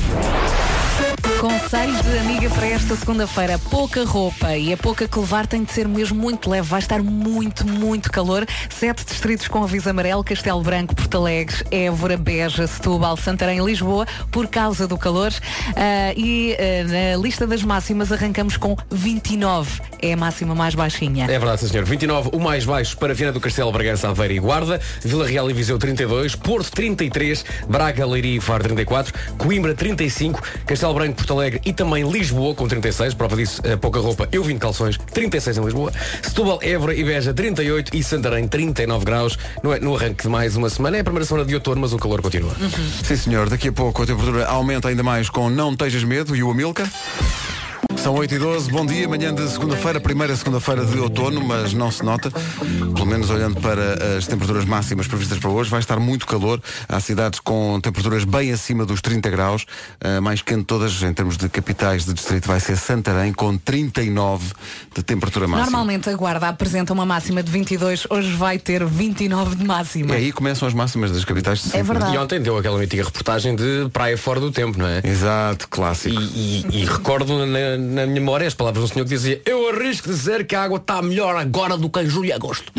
[SPEAKER 2] Conselho de amiga para esta segunda-feira. Pouca roupa e a pouca que levar tem de ser mesmo muito leve. Vai estar muito, muito calor. Sete distritos com aviso amarelo. Castelo Branco, Porto Alegre, Évora, Beja, Setúbal, Santarém e Lisboa por causa do calor. Ah, e ah, na lista das máximas arrancamos com 29. É a máxima mais baixinha.
[SPEAKER 4] É verdade, sim, senhor. 29, o mais baixo para Viana do Castelo, Bragança, Aveira e Guarda. Vila Real e Viseu 32, Porto 33, Braga, Leiria e Faro 34, Coimbra 35, Castelo Branco, Porto Alegre e também Lisboa com 36. Prova disso, eh, pouca roupa, eu vim de calções, 36 em Lisboa. Setúbal, Évora e Beja 38 e Santarém 39 graus. No, no arranque de mais uma semana, é a primeira semana de outono, mas o calor continua.
[SPEAKER 1] Sim, senhor. Daqui a pouco a temperatura aumenta ainda mais com Não Tejas Medo e o Amilca. São 8 e 12 bom dia, manhã de segunda-feira, primeira segunda-feira de outono, mas não se nota, pelo menos olhando para as temperaturas máximas previstas para hoje, vai estar muito calor, há cidades com temperaturas bem acima dos 30 graus, A mais quente de todas em termos de capitais de distrito vai ser Santarém, com 39 de temperatura máxima.
[SPEAKER 2] Normalmente a Guarda apresenta uma máxima de 22. Hoje vai ter 29
[SPEAKER 1] E
[SPEAKER 2] de
[SPEAKER 4] É
[SPEAKER 2] máxima.
[SPEAKER 1] É aí começam as máximas das capitais de
[SPEAKER 2] É
[SPEAKER 1] sempre.
[SPEAKER 2] verdade.
[SPEAKER 4] E ontem deu aquela antiga reportagem de praia fora do tempo, não é?
[SPEAKER 1] Exato, clássico.
[SPEAKER 4] E, e- e recordo na, na minha memória as palavras do senhor que dizia Eu arrisco dizer que a água está melhor agora do que em julho e agosto.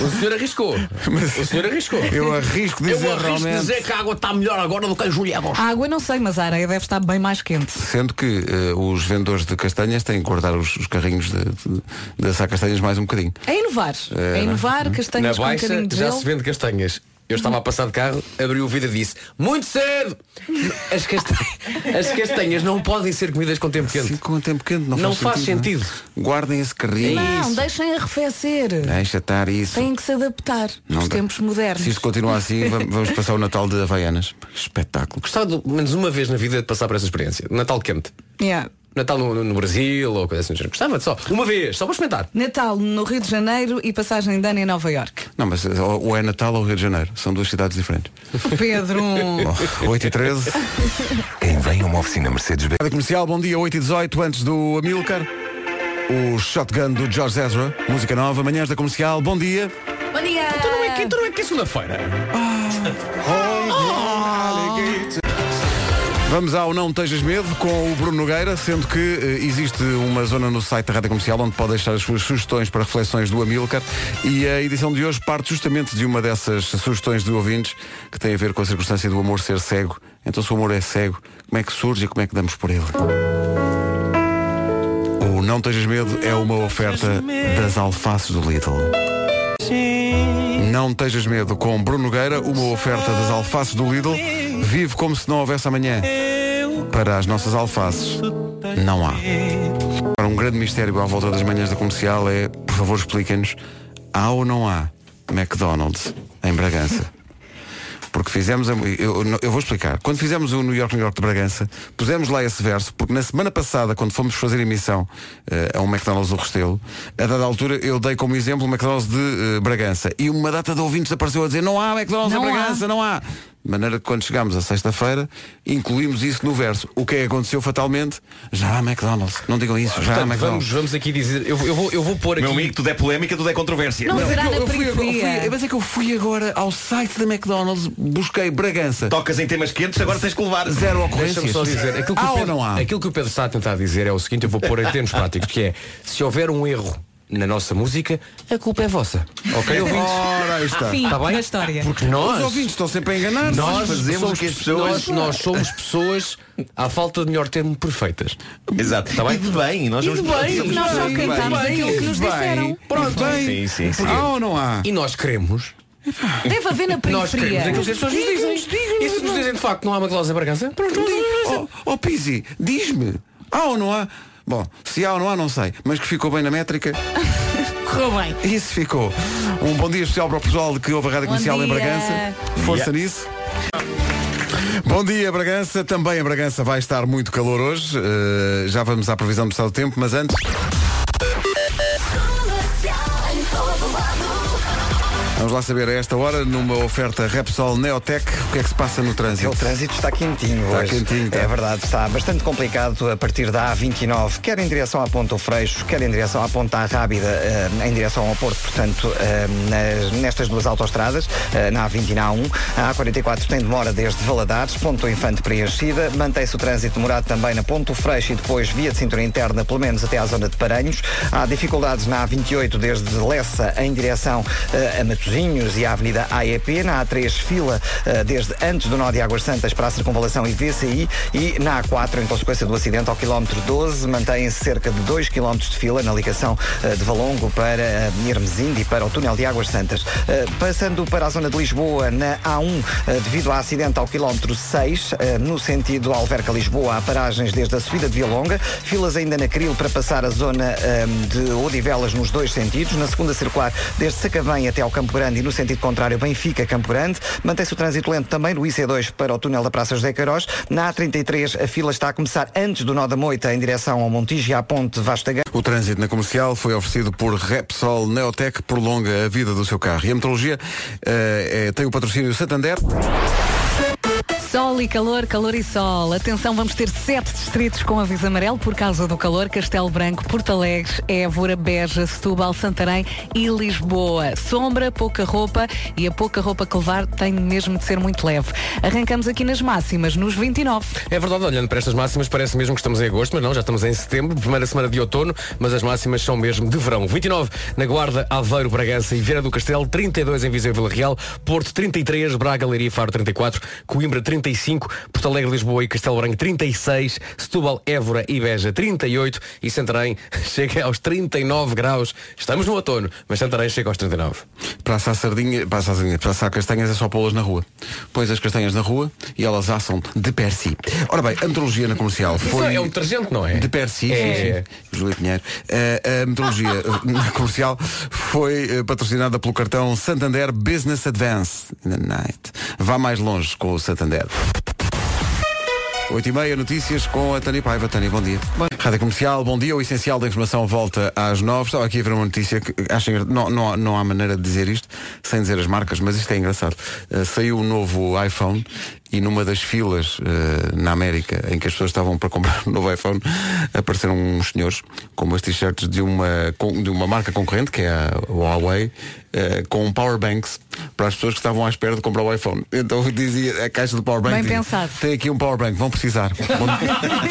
[SPEAKER 4] o senhor arriscou. O senhor arriscou.
[SPEAKER 1] Eu arrisco dizer
[SPEAKER 4] *laughs* Eu arrisco
[SPEAKER 1] realmente...
[SPEAKER 4] dizer que a água está melhor agora do que em julho e agosto.
[SPEAKER 2] A água não sei, mas a areia deve estar bem mais quente.
[SPEAKER 1] Sendo que eh, os vendedores de castanhas têm que guardar os, os carrinhos de, de, de assar castanhas mais um bocadinho.
[SPEAKER 2] É inovar. É, inovar,
[SPEAKER 4] Na
[SPEAKER 2] castanhas com um
[SPEAKER 4] baixa
[SPEAKER 2] bocadinho de
[SPEAKER 4] já
[SPEAKER 2] gelo.
[SPEAKER 4] se vende castanhas. Eu estava a passar de carro, abri o vidro e disse Muito cedo! As, casta- as castanhas não podem ser comidas com tempo
[SPEAKER 1] Sim,
[SPEAKER 4] quente.
[SPEAKER 1] com o tempo quente não,
[SPEAKER 4] Não faz
[SPEAKER 1] não é? Guardem esse
[SPEAKER 4] É
[SPEAKER 1] carrinho.
[SPEAKER 2] Não, deixem arrefecer.
[SPEAKER 1] Deixa estar isso.
[SPEAKER 2] Têm que se adaptar
[SPEAKER 1] Não
[SPEAKER 2] aos
[SPEAKER 1] dá.
[SPEAKER 2] tempos modernos.
[SPEAKER 1] Se isto continuar assim, va-
[SPEAKER 2] *laughs*
[SPEAKER 1] vamos passar o Natal de Havaianas. Espetáculo.
[SPEAKER 4] Gostava de, menos uma vez na vida de passar por essa experiência. Natal quente.
[SPEAKER 2] Yeah.
[SPEAKER 4] Natal no, no Brasil ou coisa assim. do género. Gostava de só uma vez, só para experimentar.
[SPEAKER 2] Natal no Rio de Janeiro e passagem de ano em Nova York.
[SPEAKER 1] Não, mas eh, ou ou é Natal ou Rio de Janeiro. São duas cidades diferentes. *laughs*
[SPEAKER 2] Pedro, um...
[SPEAKER 1] Bom, 8 e 13.
[SPEAKER 8] Quem vem a uma oficina Mercedes-Benz
[SPEAKER 1] Rádio Comercial, bom dia, 8 e 18 antes do Amilcar. O Shotgun do George Ezra. Música nova, manhãs da comercial. Bom dia.
[SPEAKER 2] *laughs* bom dia.
[SPEAKER 4] Não é que, então não é que é segunda-feira.
[SPEAKER 1] Vamos ao Não Tejas Medo com o Bruno Nogueira, sendo que eh, existe uma zona no site da Rádio Comercial onde pode deixar as suas sugestões para reflexões do Amilcar e a edição de hoje parte justamente de uma dessas sugestões de ouvintes que tem a ver com a circunstância do amor ser cego. Então se o amor é cego, como é que surge e como é que damos por ele? O Não Tejas Medo é uma oferta das alfaces do Lidl. Não Tejas Medo com Bruno Nogueira, uma oferta das alfaces do Lidl. Vive como se não houvesse amanhã. Para as nossas alfaces, não há. Agora, um grande mistério à volta das manhãs da comercial é, por favor, expliquem-nos, há ou não há McDonald's em Bragança? Porque fizemos, a- eu, eu- eu vou explicar, quando fizemos o New York, New York de Bragança, pusemos lá esse verso, porque na semana passada, quando fomos fazer emissão eh, a um McDonald's do Restelo, a dada altura eu dei como exemplo o McDonald's de eh, Bragança. E uma data de ouvintes apareceu a dizer, não há McDonald's
[SPEAKER 2] Não
[SPEAKER 1] em
[SPEAKER 2] há.
[SPEAKER 1] Bragança, não há. De maneira que quando chegámos à sexta-feira, incluímos isso no verso. O que é que aconteceu fatalmente? Já há McDonald's. Não digam isso, já há
[SPEAKER 4] Portanto, vamos,
[SPEAKER 1] McDonald's.
[SPEAKER 4] vamos aqui dizer. Eu, vou- eu vou, eu vou pôr aqui.
[SPEAKER 8] Ah, Meu amigo, tudo é polémica, tudo é controvérsia
[SPEAKER 2] Não será
[SPEAKER 1] Eu
[SPEAKER 2] na
[SPEAKER 1] fui, agora- eu fui-
[SPEAKER 2] periferia.
[SPEAKER 1] mas é que eu fui agora ao site da McDonald's, busquei Bragança.
[SPEAKER 8] Tocas em temas quentes, agora tens que levar
[SPEAKER 1] Zero
[SPEAKER 4] Deixa-me
[SPEAKER 1] ocorrências.
[SPEAKER 4] só dizer. Aquilo que,
[SPEAKER 8] Ah,
[SPEAKER 1] há
[SPEAKER 4] o
[SPEAKER 1] ou
[SPEAKER 4] Pedro,
[SPEAKER 1] não há?
[SPEAKER 4] aquilo que o Pedro está a tentar dizer é o seguinte, eu vou pôr em termos práticos, que é se houver um erro na nossa música, a culpa é vossa. Ok,
[SPEAKER 8] *laughs*
[SPEAKER 4] ouvintes?
[SPEAKER 1] Ora, aí está.
[SPEAKER 2] Fim
[SPEAKER 4] Tá bem?
[SPEAKER 2] da história.
[SPEAKER 4] Porque
[SPEAKER 1] Os
[SPEAKER 4] nós.
[SPEAKER 1] ouvintes estão sempre a enganar.
[SPEAKER 4] Nós
[SPEAKER 8] fazemos
[SPEAKER 4] somos,
[SPEAKER 8] o que as
[SPEAKER 4] nós,
[SPEAKER 8] pessoas-
[SPEAKER 4] nós somos pessoas, à falta de melhor termo, perfeitas. Tá
[SPEAKER 8] Exato. Está bem? E de bem, nós vamos somos
[SPEAKER 2] nós só
[SPEAKER 8] pessoas de bem.
[SPEAKER 2] cantámos aquilo que nos disseram.
[SPEAKER 1] é Pronto,
[SPEAKER 8] Sim, sim, sim.
[SPEAKER 1] Há ou não há?
[SPEAKER 4] E nós queremos.
[SPEAKER 2] Deve haver na
[SPEAKER 4] Nós
[SPEAKER 2] periferia.
[SPEAKER 4] queremos aquilo que as pessoas nos dizem. E se nos dizem de facto que não há uma cláusula Bragança?
[SPEAKER 2] É
[SPEAKER 4] Pronto, não há.
[SPEAKER 1] Ó oh, Pizzi, diz-me, há ou não há? Bom, se há ou não há, não sei, mas que ficou bem na métrica,
[SPEAKER 2] Correu bem.
[SPEAKER 1] isso ficou. Um bom dia especial para o pessoal que ouve a Rádio
[SPEAKER 2] Bom
[SPEAKER 1] Comercial em
[SPEAKER 2] dia.
[SPEAKER 1] Bragança. Força nisso. Bom dia, Bragança. Também em Bragança vai estar muito calor hoje. Eh, já vamos à previsão do estado do tempo, mas antes, vamos lá saber a esta hora, numa oferta Repsol Neotec, o que é que se passa no trânsito.
[SPEAKER 3] O trânsito está quentinho
[SPEAKER 1] Está
[SPEAKER 3] hoje.
[SPEAKER 1] quentinho, tá. está.
[SPEAKER 3] É verdade, está bastante complicado a partir da A29, quer em direção à Ponta do Freixo, quer em direção à Ponta à Rábida, eh, em direção ao Porto, portanto, eh, nas- nestas duas autostradas, eh, na A20 e na A1. A A44 tem demora desde Valadares, Ponto Infante preenchida, mantém-se o trânsito demorado também na Ponto do Freixo e depois via de cintura interna, pelo menos até à zona de Paranhos. Há dificuldades na A28 desde Lessa em direção eh, a Matosinhos e à Avenida AEP, na A3 fila eh, desde antes do nó de Águas Santas para a circunvalação e VCI e na A4 em consequência do acidente ao quilómetro 12 mantém-se cerca de 2 km de fila na ligação eh, de Valongo para eh, Hermesinda e para o túnel de Águas Santas. Eh, Passando para a zona de Lisboa na A1 eh, devido a acidente ao quilómetro 6 eh, no sentido Alverca-Lisboa há paragens desde a subida de Vilonga, filas ainda na Cril para passar a zona eh, de Odivelas nos dois sentidos, na segunda circular desde Sacavém até ao Campo Grande e no sentido contrário Benfica-Campo Grande, mantém-se o trânsito lento também no IC2 para o túnel da Praça José Queiroz, na A33 a fila está a começar antes do nó da Moita em direção ao Montijo e à ponte Vasta Gama.
[SPEAKER 1] O trânsito na comercial foi oferecido por Repsol Neotec, prolonga a vida do seu carro. E a metrologia eh, eh, tem o patrocínio Santander.
[SPEAKER 2] Sol e calor, calor e sol. Atenção, vamos ter sete distritos com aviso amarelo por causa do calor. Castelo Branco, Porto Alegre, Évora, Beja, Setúbal, Santarém e Lisboa. Sombra, pouca roupa e a pouca roupa que levar tem mesmo de ser muito leve. Arrancamos aqui nas máximas,
[SPEAKER 1] *laughs*
[SPEAKER 2] nos 29.
[SPEAKER 4] É verdade, olhando para estas máximas, parece mesmo que estamos em agosto, mas não, já estamos em setembro, primeira semana de outono, mas as máximas são mesmo de verão. 29 na Guarda, Aveiro, Bragança e Vieira do Castelo, 32 em Viseu e Vila Real, Porto 33, Braga, Leiria e Faro 34, Coimbra 35, Porto Alegre, Lisboa e Castelo Branco 36, Setúbal, Évora e Beja 38 e Santarém *laughs* chega aos 39 graus. Estamos no outono, mas Santarém chega aos 39.
[SPEAKER 1] Praça a sardinha, praça a sardinha, praça a castanhas é só pô-las na rua. Pões as castanhas na rua e elas assam de per si. Ora bem, a metrologia na comercial
[SPEAKER 4] Isso
[SPEAKER 1] foi...
[SPEAKER 4] é um detergente, não é?
[SPEAKER 1] De per si, sim,
[SPEAKER 4] É.
[SPEAKER 1] sim. Júlio Pinheiro. Eh, a metrologia *laughs* eh, na comercial foi eh, patrocinada pelo cartão Santander Business Advance. In the night. Vá mais longe com o Santander. 8 e meia, notícias com a Tânia Paiva. Tânia, bom dia. Rádio Comercial, bom dia. O essencial da informação volta às 9. Estava aqui a ver uma notícia que acho engra- não, não, há- não há maneira de dizer isto sem dizer as marcas, mas isto é engraçado. Uh, saiu o novo iPhone e numa das filas uh, na América em que as pessoas estavam para comprar o novo iPhone apareceram uns senhores com umas t-shirts de uma, com- de uma marca concorrente, que é a Huawei, uh, com powerbanks para as pessoas que estavam à espera de comprar o iPhone. Então dizia a caixa do powerbank.
[SPEAKER 2] Bem
[SPEAKER 1] dizia,
[SPEAKER 2] pensado.
[SPEAKER 1] tem aqui um powerbank, vão precisar.
[SPEAKER 8] *laughs*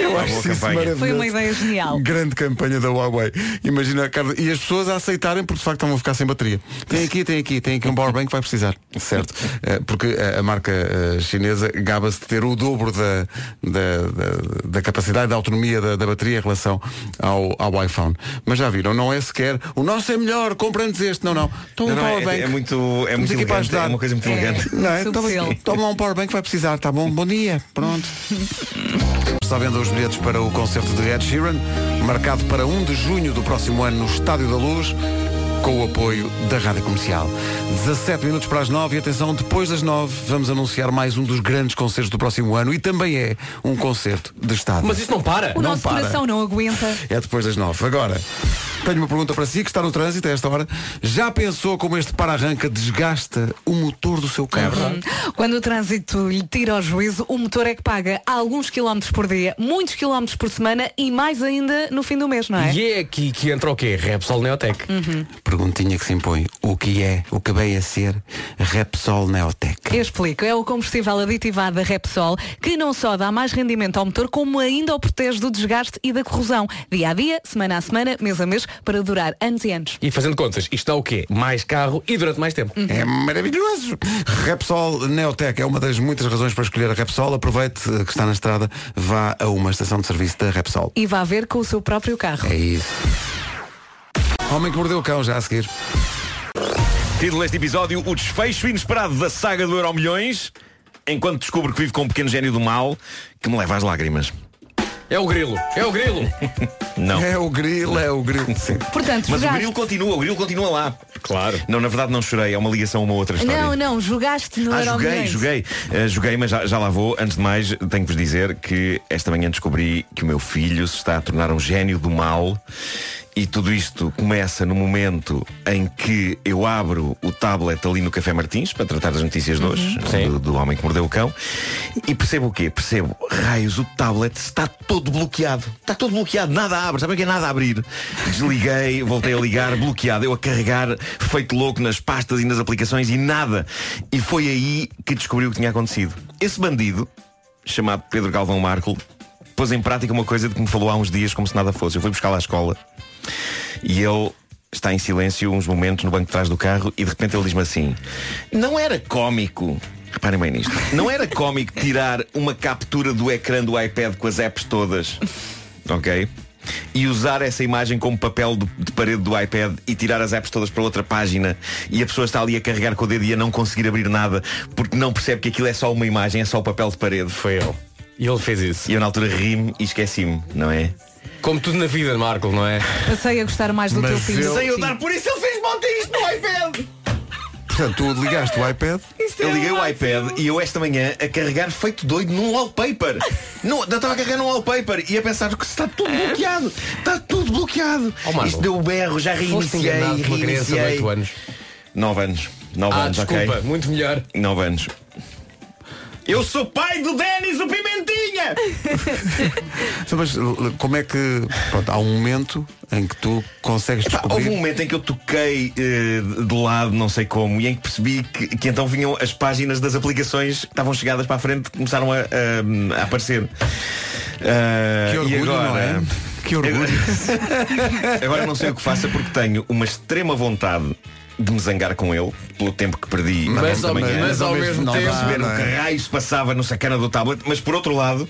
[SPEAKER 1] Eu acho
[SPEAKER 8] boa
[SPEAKER 1] isso
[SPEAKER 8] campanha.
[SPEAKER 1] maravilhoso.
[SPEAKER 2] Foi uma ideia genial.
[SPEAKER 1] Grande campanha da Huawei. Imagina, a cara- e as pessoas a aceitarem porque de facto vão ficar sem bateria. Tem aqui, tem aqui, tem aqui um powerbank que vai precisar. Certo. Eh, Porque a- a marca eh, chinesa gaba-se de ter o dobro da, da, da- da capacidade, da autonomia da, da bateria em relação ao, ao iPhone. Mas já viram, não é sequer o nosso é melhor, comprem-nos este. Não, não. Então um
[SPEAKER 8] Não, não, é-
[SPEAKER 1] powerbank.
[SPEAKER 8] é muito- é
[SPEAKER 1] Estamos
[SPEAKER 8] muito
[SPEAKER 1] aqui para
[SPEAKER 8] elegante,
[SPEAKER 1] ajudar.
[SPEAKER 8] é uma coisa muito
[SPEAKER 2] É.
[SPEAKER 8] elegante.
[SPEAKER 1] Não é? Toma,
[SPEAKER 2] Subtil.
[SPEAKER 1] toma lá um powerbank que vai precisar, tá bom? Bom dia, pronto. Está vendo os bilhetes para o concerto de Ed Sheeran, marcado para 1 de junho do próximo ano no Estádio da Luz, com o apoio da Rádio Comercial. 17 minutos para as 9 e atenção, depois das 9 vamos anunciar mais um dos grandes concertos do próximo ano e também é um concerto de estádio.
[SPEAKER 4] Mas isso não para.
[SPEAKER 2] O
[SPEAKER 1] Não
[SPEAKER 2] nosso
[SPEAKER 1] para.
[SPEAKER 2] coração não aguenta.
[SPEAKER 1] É depois das nove. Agora, tenho uma pergunta para si que está no trânsito a esta hora. Já pensou como este para-arranca desgasta o motor do seu carro?
[SPEAKER 2] Quando o trânsito lhe tira o juízo, o motor é que paga alguns quilómetros por dia, muitos quilómetros por semana e mais ainda no fim do mês, não é?
[SPEAKER 4] E é aqui que entra o quê? Repsol Neotec.
[SPEAKER 1] Perguntinha que se impõe. O que é, o que bem a ser Repsol Neotec?
[SPEAKER 2] Eu explico, é o combustível aditivado da Repsol que não só dá mais rendimento ao motor, como ainda o protege do desgaste e da corrosão. Dia a dia, semana a semana, mês a mês, para durar anos e anos.
[SPEAKER 4] E fazendo contas, isto dá o quê? Mais carro e durante mais tempo.
[SPEAKER 1] É maravilhoso! Repsol Neotec é uma das muitas razões para escolher a Repsol. Aproveite eh, que está na estrada, vá a uma estação de serviço da Repsol.
[SPEAKER 2] E vá ver com o seu próprio carro.
[SPEAKER 1] É isso. Homem que mordeu o cão já a seguir.
[SPEAKER 8] Título deste episódio, o desfecho inesperado da saga do Euro Milhões, enquanto descubro que vivo com um pequeno gênio do mal que me leva às lágrimas.
[SPEAKER 4] É o grilo, é o grilo.
[SPEAKER 8] Não.
[SPEAKER 1] É o grilo, é o grilo. Sim.
[SPEAKER 2] Portanto,
[SPEAKER 8] Mas o
[SPEAKER 2] jogaste.
[SPEAKER 8] grilo continua, o grilo continua lá.
[SPEAKER 4] Claro.
[SPEAKER 8] Não, na verdade não chorei, é uma ligação a uma outra história.
[SPEAKER 2] Não, não, jogaste no
[SPEAKER 8] Ah,
[SPEAKER 2] Euro
[SPEAKER 8] joguei,
[SPEAKER 2] Milhões.
[SPEAKER 8] joguei. Ah, joguei, mas já, já lá vou. Antes de mais, tenho que vos dizer que esta manhã descobri que o meu filho se está a tornar um gênio do mal. E tudo isto começa no momento em que eu abro o tablet ali no Café Martins para tratar das notícias de hoje, do, do homem que mordeu o cão. E percebo o quê? Percebo, raios, o tablet está todo bloqueado. Está todo bloqueado, nada abre. Sabe o que é nada a abrir? Desliguei, voltei a ligar, bloqueado. Eu a carregar, feito louco nas pastas e nas aplicações e nada. E foi aí que descobri o que tinha acontecido. Esse bandido, chamado Pedro Galvão Marco, pôs em prática uma coisa de que me falou há uns dias como se nada fosse. Eu fui buscar lá à escola e ele está em silêncio uns momentos no banco de trás do carro e de repente ele diz-me assim: Não era cómico. Reparem bem nisto. Não era cómico tirar uma captura do ecrã do iPad com as apps todas. Ok? E usar essa imagem como papel do- de parede do iPad e tirar as apps todas para outra página e a pessoa está ali a carregar com o dedo e a não conseguir abrir nada porque não percebe que aquilo é só uma imagem, é só o papel de parede.
[SPEAKER 4] Foi ele. E ele fez isso.
[SPEAKER 8] E eu na altura ri-me e esqueci-me, não é?
[SPEAKER 4] Como tudo na vida, Marco, não é?
[SPEAKER 2] Passei a gostar mais do
[SPEAKER 1] Mas
[SPEAKER 2] teu filho.
[SPEAKER 1] eu-
[SPEAKER 8] Sem eu
[SPEAKER 2] Sim.
[SPEAKER 8] dar por isso, ele fez monte isto no iPad!
[SPEAKER 1] Portanto, tu ligaste o iPad.
[SPEAKER 8] Eu liguei o iPad e eu esta manhã a carregar feito doido num wallpaper. não, eu estava a carregar num wallpaper e a pensar que está tudo bloqueado. Está tudo bloqueado.
[SPEAKER 4] Oh, Marco,
[SPEAKER 8] Isto deu berro, já
[SPEAKER 4] Foste enganado
[SPEAKER 8] reiniciei,
[SPEAKER 4] com uma criança de
[SPEAKER 8] reiniciei.
[SPEAKER 4] 8 anos.
[SPEAKER 8] 9 anos. 9
[SPEAKER 4] Ah,
[SPEAKER 8] anos,
[SPEAKER 4] desculpa,
[SPEAKER 8] ok?
[SPEAKER 4] muito melhor.
[SPEAKER 8] 9 anos. Eu sou pai do Denis, o Pimentinha!
[SPEAKER 1] Então, Mas l- como é que. Pronto, há um momento em que tu consegues
[SPEAKER 8] Pá, houve um
[SPEAKER 1] descobrir.
[SPEAKER 8] momento em que eu toquei eh, de- de lado, não sei como, e em que percebi que, que então vinham as páginas das aplicações que estavam chegadas para a frente, começaram a, a- a aparecer. Ah,
[SPEAKER 1] Que orgulho,
[SPEAKER 8] e agora,
[SPEAKER 1] não é? Que orgulho.
[SPEAKER 8] *laughs* Agora não sei o que faça porque tenho uma extrema vontade de me zangar com ele pelo tempo que perdi na
[SPEAKER 4] Mas
[SPEAKER 8] volta
[SPEAKER 1] oh,
[SPEAKER 4] ao,
[SPEAKER 8] da manhã.
[SPEAKER 4] mas ao mesmo
[SPEAKER 1] não dá.
[SPEAKER 4] tempo.
[SPEAKER 8] perceber
[SPEAKER 1] não
[SPEAKER 8] o que
[SPEAKER 1] é?
[SPEAKER 8] raio se passava no sacana do tablet, mas por outro lado,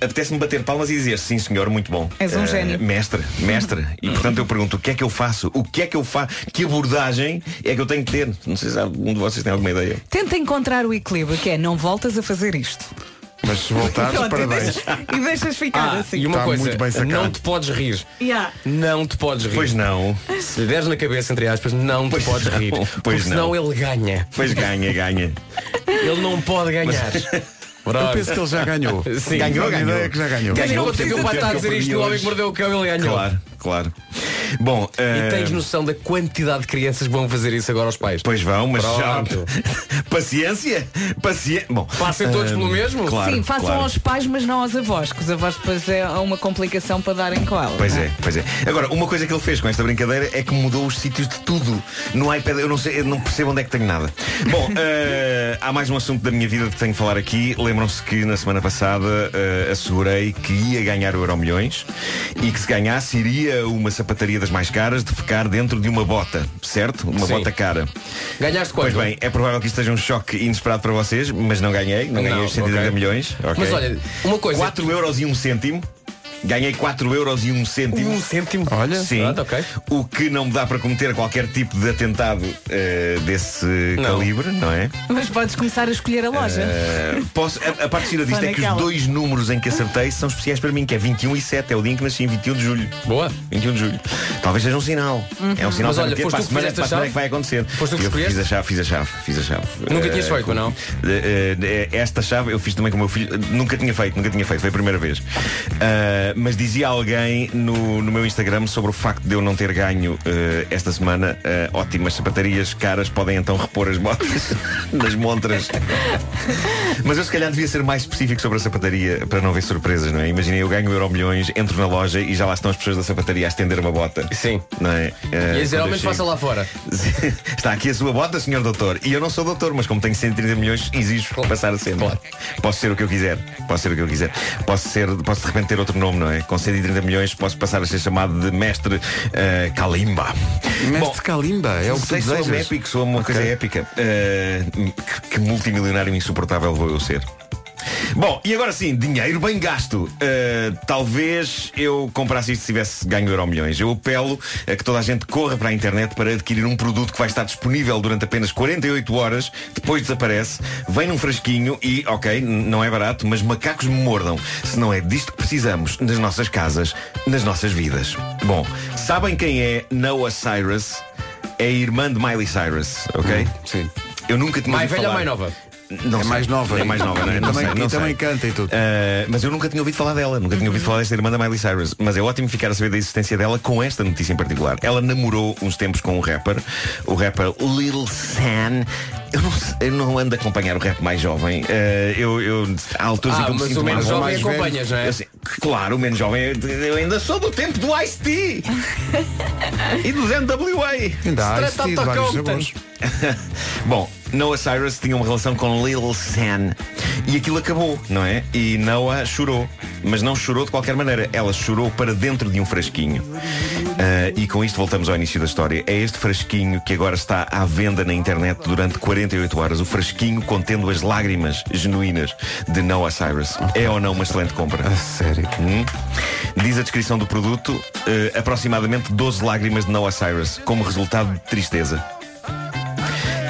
[SPEAKER 8] apetece-me bater palmas e dizer sim senhor, muito bom.
[SPEAKER 2] És um
[SPEAKER 8] Eh,
[SPEAKER 2] gênio.
[SPEAKER 8] Mestre,
[SPEAKER 2] *laughs*
[SPEAKER 8] mestre. E portanto eu pergunto, o que é que eu faço? O que é que eu faço? Que abordagem é que eu tenho que ter? Não sei se algum de vocês tem alguma ideia.
[SPEAKER 2] Tenta encontrar o equilíbrio, que é não voltas a fazer isto.
[SPEAKER 1] Mas se
[SPEAKER 8] Tá,
[SPEAKER 1] voltares,
[SPEAKER 2] Pronto, e
[SPEAKER 1] parabéns.
[SPEAKER 2] deixas, e deixas ficar
[SPEAKER 4] Ah,
[SPEAKER 2] assim.
[SPEAKER 4] e uma
[SPEAKER 1] Está
[SPEAKER 4] coisa,
[SPEAKER 1] muito bem sacado.
[SPEAKER 4] não te podes rir.
[SPEAKER 2] Yeah.
[SPEAKER 4] Não te podes rir.
[SPEAKER 8] Pois não.
[SPEAKER 4] Se lhe deres na cabeça, entre aspas, não te
[SPEAKER 8] Pois
[SPEAKER 4] podes
[SPEAKER 8] não,
[SPEAKER 4] rir.
[SPEAKER 8] pois
[SPEAKER 4] porque senão
[SPEAKER 8] não.
[SPEAKER 4] ele ganha.
[SPEAKER 8] Pois ganha, ganha.
[SPEAKER 4] Ele não pode ganhar.
[SPEAKER 1] Eu penso que ele já ganhou.
[SPEAKER 4] Sim.
[SPEAKER 1] Tenho
[SPEAKER 8] Ganhou,
[SPEAKER 1] a
[SPEAKER 8] ganhou.
[SPEAKER 1] ideia que já ganhou.
[SPEAKER 8] Ganhou.
[SPEAKER 4] Ganhou. Quanto tempo eu
[SPEAKER 8] Precisa
[SPEAKER 4] vou
[SPEAKER 8] de
[SPEAKER 4] estar a
[SPEAKER 8] tempo
[SPEAKER 4] dizer
[SPEAKER 8] que eu
[SPEAKER 4] isto?
[SPEAKER 8] perdi
[SPEAKER 4] O homem
[SPEAKER 8] hoje.
[SPEAKER 4] que mordeu o cão, ele ganhou.
[SPEAKER 8] Claro, claro. Bom,
[SPEAKER 4] E
[SPEAKER 8] eh,
[SPEAKER 4] tens noção da quantidade de crianças que vão fazer isso agora aos pais.
[SPEAKER 8] Pois vão, mas
[SPEAKER 4] Pronto.
[SPEAKER 8] já. *laughs* Paciência? Paciência. Bom,
[SPEAKER 4] Passem todos
[SPEAKER 8] eh,
[SPEAKER 4] pelo mesmo?
[SPEAKER 8] Claro,
[SPEAKER 2] Sim, façam
[SPEAKER 8] claro.
[SPEAKER 2] aos pais, mas não aos avós, que os avós depois é uma complicação para darem com ela.
[SPEAKER 8] Pois é, pois é. Agora, uma coisa que ele fez com esta brincadeira é que mudou os sítios de tudo. No iPad, eu não sei, eu não percebo onde é que tenho nada. Bom, eh, há mais um assunto da minha vida que tenho que falar aqui. Lembram-se que na semana passada eh, assegurei que ia ganhar o Euro Milhões e que se ganhasse iria a uma sapataria das mais caras de ficar dentro de uma bota, certo? Uma
[SPEAKER 4] Sim.
[SPEAKER 8] bota cara.
[SPEAKER 4] Ganhaste quanto?
[SPEAKER 8] Pois bem, é provável que isto seja um choque inesperado para vocês, mas não ganhei, não, ganhei
[SPEAKER 4] Não,
[SPEAKER 8] os 180
[SPEAKER 4] ok.
[SPEAKER 8] milhões. ok.
[SPEAKER 4] Mas olha, uma coisa-
[SPEAKER 8] 4 euros e um cêntimo. Ganhei 4 euros e um cêntimo.
[SPEAKER 4] Um cêntimo.
[SPEAKER 1] Olha.
[SPEAKER 8] Sim,
[SPEAKER 4] Pronto, ok.
[SPEAKER 8] o que não me dá para cometer qualquer tipo de atentado eh, desse
[SPEAKER 4] Não.
[SPEAKER 8] calibre, não é?
[SPEAKER 2] Mas podes começar a escolher a loja.
[SPEAKER 8] Eh, posso, a, a parte gira disto
[SPEAKER 2] Só
[SPEAKER 8] é que os
[SPEAKER 2] naquela.
[SPEAKER 8] dois números em que acertei são especiais para mim, que é 21 e 7, é o dia em que nasci, em 21 de julho.
[SPEAKER 4] Boa.
[SPEAKER 8] 21 de julho. Talvez seja um sinal.
[SPEAKER 2] Uhum.
[SPEAKER 8] É um sinal
[SPEAKER 4] Mas
[SPEAKER 8] para
[SPEAKER 4] olha,
[SPEAKER 8] meter
[SPEAKER 4] foste
[SPEAKER 8] para a
[SPEAKER 4] tu que
[SPEAKER 8] semana,
[SPEAKER 4] fizeste
[SPEAKER 8] para a
[SPEAKER 4] a
[SPEAKER 8] semana
[SPEAKER 4] chave?
[SPEAKER 8] que vai acontecer.
[SPEAKER 4] Foste tu que
[SPEAKER 8] eu
[SPEAKER 4] escolheste?
[SPEAKER 8] fiz a chave, fiz a chave, fiz a chave.
[SPEAKER 4] Nunca
[SPEAKER 8] Eh,
[SPEAKER 4] tinhas feito,
[SPEAKER 8] com-
[SPEAKER 4] não?
[SPEAKER 8] Eh, eh, esta chave eu fiz também com o meu filho. Eh, Nunca tinha feito, nunca tinha feito, foi a primeira vez. Eh, mas dizia alguém no, no meu Instagram sobre o facto de eu não ter ganho eh, esta semana eh, ótimas sapatarias caras podem então repor as botas *laughs* nas montras. Mas eu se calhar devia ser mais específico sobre a sapataria para não ver surpresas, não é? Imaginei, eu ganho euro milhões, entro na loja e já lá estão as pessoas da sapataria a estender uma bota.
[SPEAKER 4] Sim.
[SPEAKER 8] Não é? Eh,
[SPEAKER 4] E eles
[SPEAKER 8] quando eu
[SPEAKER 4] geralmente
[SPEAKER 8] chego-
[SPEAKER 4] faça lá fora.
[SPEAKER 8] *laughs* Está aqui a sua bota, senhor doutor. E eu não sou doutor, mas como tenho 130 milhões, exijo passar a ser. é?
[SPEAKER 4] Claro.
[SPEAKER 8] Posso ser o que eu quiser. Posso ser o que eu quiser. Posso ser, posso de repente ter outro nome não é? Com 130 milhões posso passar a ser chamado de mestre eh, Kalimba. Bom,
[SPEAKER 1] Mestre Kalimba, é o que tu
[SPEAKER 8] sei que sou
[SPEAKER 1] desejas.
[SPEAKER 8] épico, sou uma coisa épica. Eh, que, que multimilionário insuportável vou eu ser. Bom, e agora sim, dinheiro bem gasto. Eh, talvez eu comprasse isto se tivesse ganho euro milhões. Eu apelo a que toda a gente corra para a internet para adquirir um produto que vai estar disponível durante apenas 48 horas, depois desaparece, vem num frasquinho e, ok, n- não é barato, mas macacos me mordam. Se não é disto que precisamos nas nossas casas, nas nossas vidas. Bom, sabem quem é Noah Cyrus? É a irmã de Miley Cyrus, ok?
[SPEAKER 1] Sim.
[SPEAKER 8] Eu nunca tinha
[SPEAKER 4] Hum, Mais velha ou
[SPEAKER 8] ouvido falar.
[SPEAKER 4] mais nova?
[SPEAKER 8] Não
[SPEAKER 1] É
[SPEAKER 8] sei.
[SPEAKER 1] mais nova.
[SPEAKER 8] É mais nova, não é?
[SPEAKER 1] E
[SPEAKER 8] Não
[SPEAKER 1] também-
[SPEAKER 8] sei, não
[SPEAKER 1] e
[SPEAKER 8] sei.
[SPEAKER 1] também canta e tudo.
[SPEAKER 8] Uh, mas eu nunca tinha ouvido falar dela, nunca tinha ouvido falar desta irmã da Miley Cyrus. Mas é ótimo ficar a saber da existência dela com esta notícia em particular. Ela namorou uns tempos com um rapper, o rapper Lil San. Eu não, sei- eu não ando a acompanhar o rap mais jovem. Uh, eu, eu, há alturas em
[SPEAKER 4] Ah,
[SPEAKER 8] que eu me
[SPEAKER 4] mas
[SPEAKER 8] sinto
[SPEAKER 4] o menos
[SPEAKER 8] mais
[SPEAKER 4] jovem
[SPEAKER 8] mais velho.
[SPEAKER 4] acompanhas, não é?
[SPEAKER 8] Eu sei- claro, o menos jovem. eu- Eu ainda sou do tempo do Ice-T e do NWA.
[SPEAKER 1] Ainda há
[SPEAKER 4] Se trata
[SPEAKER 1] Ice-T de
[SPEAKER 4] de
[SPEAKER 1] vários
[SPEAKER 4] Compton.
[SPEAKER 1] sabores.
[SPEAKER 8] Bom, Noah Cyrus tinha uma relação com Lil San e aquilo acabou, não é? E Noah chorou, mas não chorou de qualquer maneira. Ela chorou para dentro de um frasquinho. Ah, e com isto voltamos ao início da história. É este frasquinho que agora está à venda na internet durante 48 horas. O frasquinho contendo as lágrimas genuínas de Noah Cyrus. É ou não uma excelente compra?
[SPEAKER 1] A sério.
[SPEAKER 8] Hum? Diz a descrição do produto eh, aproximadamente 12 lágrimas de Noah Cyrus como resultado de tristeza.